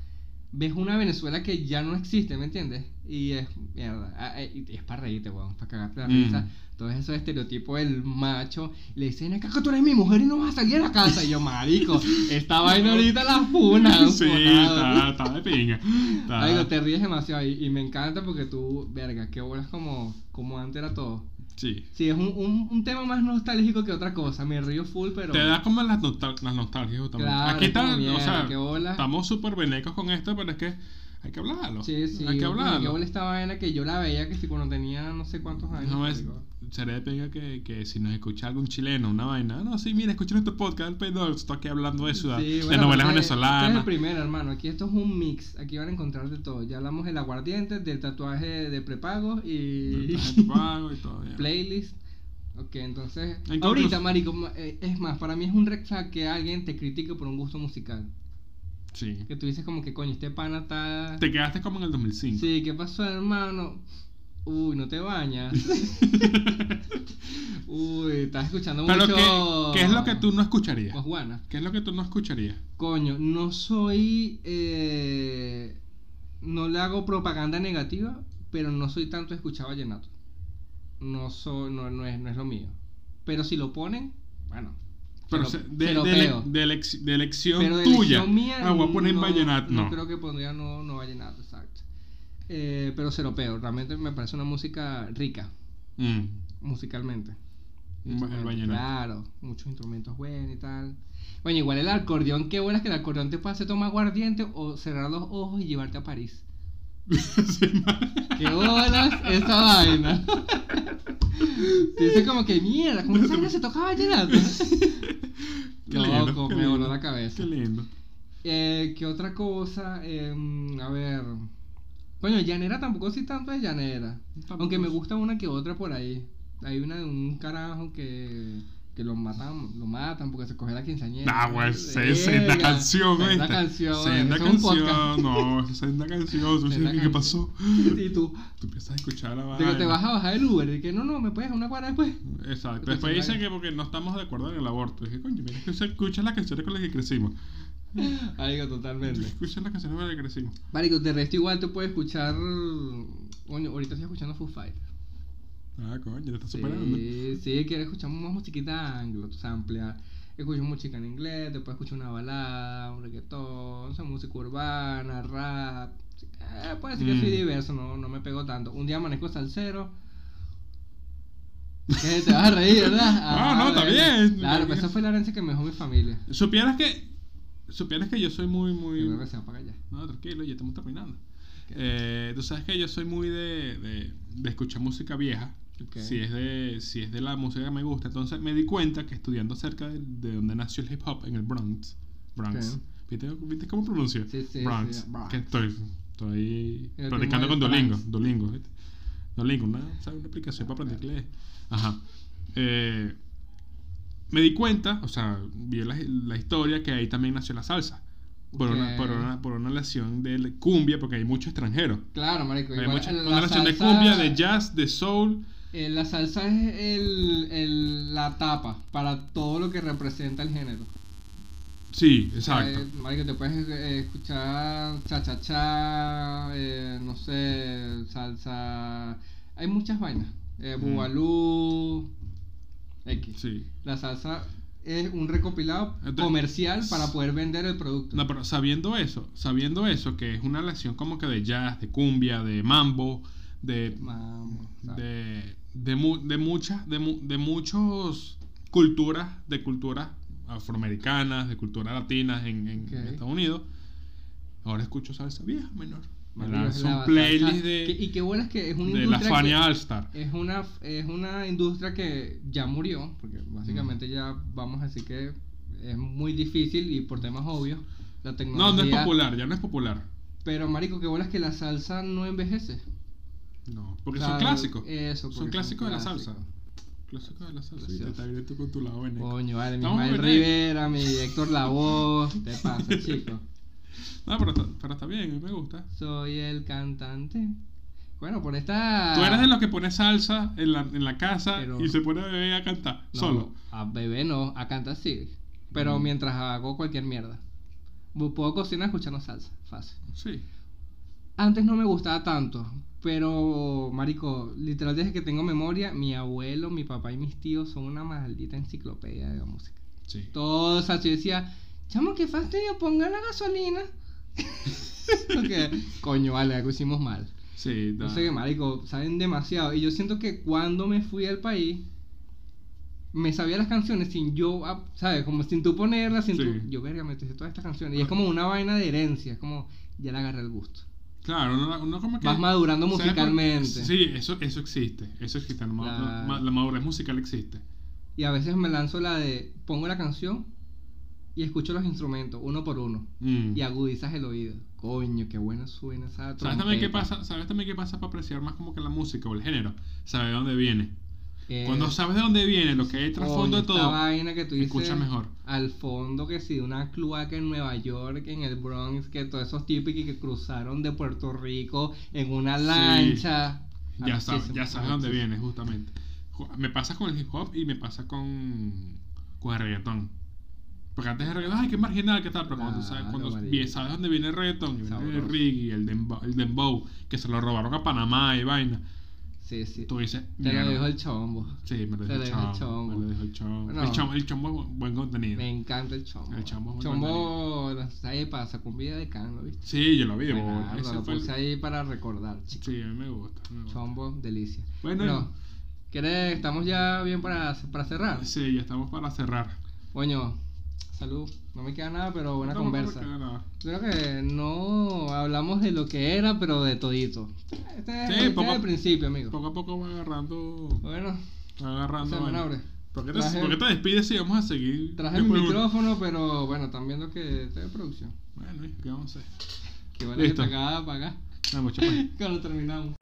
B: ves una Venezuela que ya no existe, ¿me entiendes? Y es mierda, ah, eh, y es para reírte, weón, para cagarte la
A: Mm.
B: risa. Todos esos estereotipos del macho, le dicen acá que tú eres mi mujer y no vas a salir a la casa. Y yo, marico, esta vaina ahorita la funa.
A: Sí,
B: funado.
A: está, está de pinga. Está-
B: Marico, te ríes demasiado y, y me encanta porque tú, verga, que bolas como, como antes era todo.
A: Sí.
B: Sí, es un, un, un tema más nostálgico que otra cosa. Me río full, pero.
A: Te da como las, nostal- las nostalgias justamente.
B: Claro,
A: Aquí
B: es como
A: está, o
B: mierda,
A: sea,
B: qué bola.
A: estamos súper venecos con esto, pero es que hay que hablarlo.
B: Sí, sí.
A: Hay que
B: bueno,
A: hablarlo.
B: Yo bola esta vaina que yo la veía que si cuando tenía no sé cuántos años.
A: No es,
B: marico.
A: sería de pega que, que si nos escucha algún chileno, una vaina. No, sí, mira, escucha nuestro podcast, el Pedro, está aquí hablando de ciudad,
B: Sí,
A: de
B: bueno,
A: novelas
B: pero este- Este es
A: venezolanas.
B: el primero, hermano. Aquí esto es un mix. Aquí van a encontrar de todo. Ya hablamos del aguardiente, del tatuaje de prepago y.
A: Estás en tu pago y todo, ya.
B: playlist. Ok, entonces.
A: Entonces-
B: ahorita, marico, ma- eh, es más, para mí es un red flag que alguien te critique por un gusto musical.
A: Sí.
B: Que tú dices como que coño, este pana está.
A: Te quedaste como en el 2005.
B: Sí, ¿qué pasó, hermano? Uy, no te bañas. Uy, estás escuchando
A: Pero
B: mucho.
A: ¿qué, qué es lo que tú no escucharías?
B: Pues Juana.
A: ¿Qué es lo que tú no escucharías?
B: Coño, no soy. eh, No le hago propaganda negativa, pero no soy tanto escuchado vallenato. No, soy, no, no, es, no es lo mío. Pero si lo ponen, bueno.
A: Pero
B: se
A: se-
B: lo-
A: de,
B: se lo
A: de ele-
B: peo.
A: de elec- de elección
B: pero de
A: tuya.
B: elección mía,
A: ah, voy a poner vallenato. No.
B: creo que pondría no, no vallenato, exacto. Eh, pero seropeo, realmente me parece una música rica,
A: Mm.
B: musicalmente. Este,
A: Un va- El vallenato.
B: Claro, muchos instrumentos buenos y tal. Bueno, igual el acordeón, qué bueno es que el acordeón te puede hacer tomar aguardiente o cerrar los ojos y llevarte a París.
A: Sí, ma-
B: ¡Qué bolas esa vaina! Dice como que mierda, ¿cómo esa vaina se toca vallenato?
A: Qué lindo,
B: Loco,
A: qué
B: me voló
A: lindo,
B: la cabeza.
A: Qué lindo.
B: Eh, ¿Qué otra cosa? Eh, a ver. Coño, llanera tampoco soy tanto de llanera.
A: Tampoco
B: Aunque me
A: es.
B: gusta una que otra por ahí. Hay una de un carajo que, que lo matan, lo matan porque se coge la quinceañera.
A: Ah, güey, se-
B: Verga,
A: senda canción, güey.
B: Senda canción.
A: Senda
B: eso es un podcast.
A: canción. No, senda canción. tú
B: Senda
A: sabes
B: canción.
A: ¿Qué pasó?
B: Y tú,
A: Tú empiezas a escuchar la
B: digo,
A: vaina.
B: te vas a bajar el Uber. Y que no, no, me puedes dejar una cuadra después.
A: Exacto.
B: Te
A: Después
B: vas a
A: dicen que porque no estamos de acuerdo en el aborto. Dije, coño, mira, es que se escuchan las canciones con las que crecimos.
B: Marico, totalmente.
A: Escuchan las canciones con las que crecimos.
B: Marico, de resto igual te puedes escuchar. Coño, ahorita estoy escuchando Foo Fighters.
A: Ah, coño, te estás superando.
B: Sí, sí, quiero escuchar más musiquita anglo, tú sabes, ampliar. Escucho música en inglés, después escucho una balada, un reggaetón, o sea, música urbana, rap. Sí, eh, puede decir que soy
A: Mm.
B: diverso, no, no me pego tanto. Un día amanezco salsero. ¿Qué? Te vas a reír, ¿verdad?
A: Ah, no, está
B: bueno.
A: bien.
B: Claro, pero esa fue la herencia que me dejó mi familia.
A: Supieras que. Supieras que yo soy muy, muy.
B: Yo creo que se va para allá.
A: No, tranquilo, ya estamos terminando.
B: Ok.
A: Eh, Tú sabes que yo soy muy de, de, de escuchar música vieja.
B: Ok.
A: Si, es de, si es de la música que me gusta. Entonces me di cuenta que estudiando cerca de, de donde nació el hip hop, en el Bronx. Bronx.
B: Ok.
A: ¿Viste, viste cómo pronuncio?
B: Sí, sí,
A: Bronx.
B: sí, Bronx.
A: Que estoy, estoy
B: El
A: practicando con
B: primo del
A: Dolingo.
B: Bronx. Ah,
A: Dolingo, ¿viste? Dolingo, una, ¿sabes? una aplicación para aprender inglés. Ajá. Eh, me di cuenta, o sea, vi la, la historia que ahí también nació la salsa. Por, una, por,
B: Ok.
A: una, por una relación de cumbia, porque hay mucho extranjero.
B: Claro, marico.
A: Hay
B: igual
A: mucha-
B: la
A: una relación de
B: salsa-
A: cumbia, de jazz, de soul.
B: eh, la salsa es el, el- la tapa para todo lo que representa el género.
A: Sí,
B: Eh,
A: exacto.
B: marico, te puedes eh, escuchar cha-cha-cha, eh, no sé, salsa. Hay muchas vainas. Eh,
A: Mm.
B: Bubalú, X.
A: Sí.
B: La salsa es un recopilado
A: Entonces-
B: comercial para poder vender el producto.
A: No, pero sabiendo eso, sabiendo eso, que es una relación como que de jazz, de cumbia, de mambo, de,
B: Vamos, ¿sabes?
A: de, de, mu- de muchas, de, mu- de muchos culturas, de culturas afroamericanas, de culturas latinas en, en
B: Ok.
A: Estados Unidos. Ahora escucho salsa vieja, menor. Me
B: Marico, es
A: lanzo
B: la
A: un playlist
B: salsa- que-
A: de,
B: y qué bueno es que es una
A: de la
B: industria que-
A: Fania All Star.
B: Es una, es una industria que ya murió, porque básicamente ya vamos a decir que es muy difícil y por temas obvios la tecnología.
A: No, no es popular, ya no es popular.
B: Pero marico, qué bolas que la salsa no envejece.
A: No, porque
B: O sea,
A: son clásicos.
B: Eso,
A: son
B: porque
A: clásicos de la
B: clásicos.
A: salsa. Clásicos de la salsa.
B: Precioso.
A: Sí, está bien tú con tu lado veneco.
B: Coño, vale, mi
A: Estamos
B: Ismael
A: veneco.
B: Rivera, mi Héctor Lavoz, te pasa, chico.
A: No, pero está, pero está bien, a mí me gusta.
B: Soy el cantante. Bueno, por esta.
A: Tú eres de los que pone salsa en la, en la casa
B: Ah. Pero-
A: y se pone a beber y a cantar,
B: No,
A: solo.
B: A bebé no, a cantar sí. Pero
A: Mm.
B: mientras hago cualquier mierda. Bu- Puedo cocinar escuchando salsa, fácil.
A: Sí.
B: Antes no me gustaba tanto, pero, marico, literal desde que tengo memoria, mi abuelo, mi papá y mis tíos son una maldita enciclopedia de la música.
A: Sí.
B: Todo, o sea, yo decía, chamo, qué fastidio, ponga la gasolina. Porque, coño, vale, algo hicimos mal.
A: Sí, da-
B: No sé qué, marico, saben demasiado. Y yo siento que cuando me fui al país, me sabía las canciones sin yo, ah, ¿sabes? Como sin tú ponerlas, sin
A: Sí.
B: tú. Yo, verga, me sé todas estas canciones. Y es como una vaina de herencia, es como, ya le agarré el gusto.
A: Claro, uno, uno como que.
B: Vas madurando
A: ¿sabes por-
B: musicalmente.
A: Sí, eso, eso existe. Eso existe. La, ma-
B: Claro.
A: ma- la madurez musical existe.
B: Y a veces me lanzo la de, pongo la canción y escucho los instrumentos, uno por uno.
A: Mm.
B: Y agudizas el oído. Coño, qué buena suena esa
A: ¿Sabes
B: trompeta.
A: también qué pasa? ¿Sabes también qué pasa para apreciar más como que la música o el género? Saber de dónde viene.
B: Eh,
A: Cuando sabes de dónde viene, lo que hay
B: coño,
A: trasfondo de todo.
B: Esta vaina que tú dices.
A: escuchas mejor.
B: Al fondo, que si de una cloaca en Nueva York, en el Bronx, que todos esos típicos que cruzaron de Puerto Rico en una
A: Sí.
B: lancha.
A: Ya sabes,
B: Arrechísimo,
A: ya sabes dónde
B: arrechísimo.
A: viene, justamente. Ju- Me pasa con el hip hop y me pasa con, con el reggaetón. Porque antes el reggaetón, ay, qué marginal, qué tal. Pero cuando, tú sabes,
B: Claro,
A: cuando
B: marico.
A: bien sabes dónde viene el reggaetón, y viene el
B: Sabroso.
A: reggae, el dembow, el dembow, que se lo robaron a Panamá y vaina,
B: Sí, sí.
A: tú dices,
B: Te lo
A: mierda.
B: dejo el chombo.
A: Sí, me lo
B: te
A: dijo el
B: lo dejo el
A: chombo. Me
B: chombo.
A: lo dijo el chombo.
B: No.
A: El chombo, el chombo es bu- buen contenido.
B: Me encanta el chombo.
A: El chombo es muy
B: Chombo, la epa, sacó un video de Can, ¿lo viste?
A: Sí, yo lo vi. bo-
B: Buenardo,
A: ese
B: lo
A: fue el-
B: puse ahí para recordar, chicos.
A: Sí, a mí me gusta. me gusta.
B: Chombo, delicia.
A: Bueno,
B: Pero, ¿quieres? Estamos ya bien para, para cerrar.
A: Sí, ya estamos para cerrar.
B: Coño, salud. No me queda nada, pero buena
A: Estamos para
B: conversa.
A: cerrar.
B: Creo que no hablamos de lo que era, pero de todito. Este es
A: Sí,
B: este es
A: poco-
B: el principio, amigo.
A: Poco a poco va agarrando.
B: Bueno,
A: Va agarrando.
B: Se me
A: vaina.
B: abre.
A: ¿Por qué, te,
B: Traje-
A: por qué te despides si vamos a seguir?
B: traje
A: después
B: mi
A: de-
B: micrófono, pero bueno, están viendo que estoy de producción.
A: Bueno, ¿qué vamos a hacer?
B: Que vale que
A: Listo.
B: te acaba de apagar
A: Vamos, chapa.
B: cuando terminamos.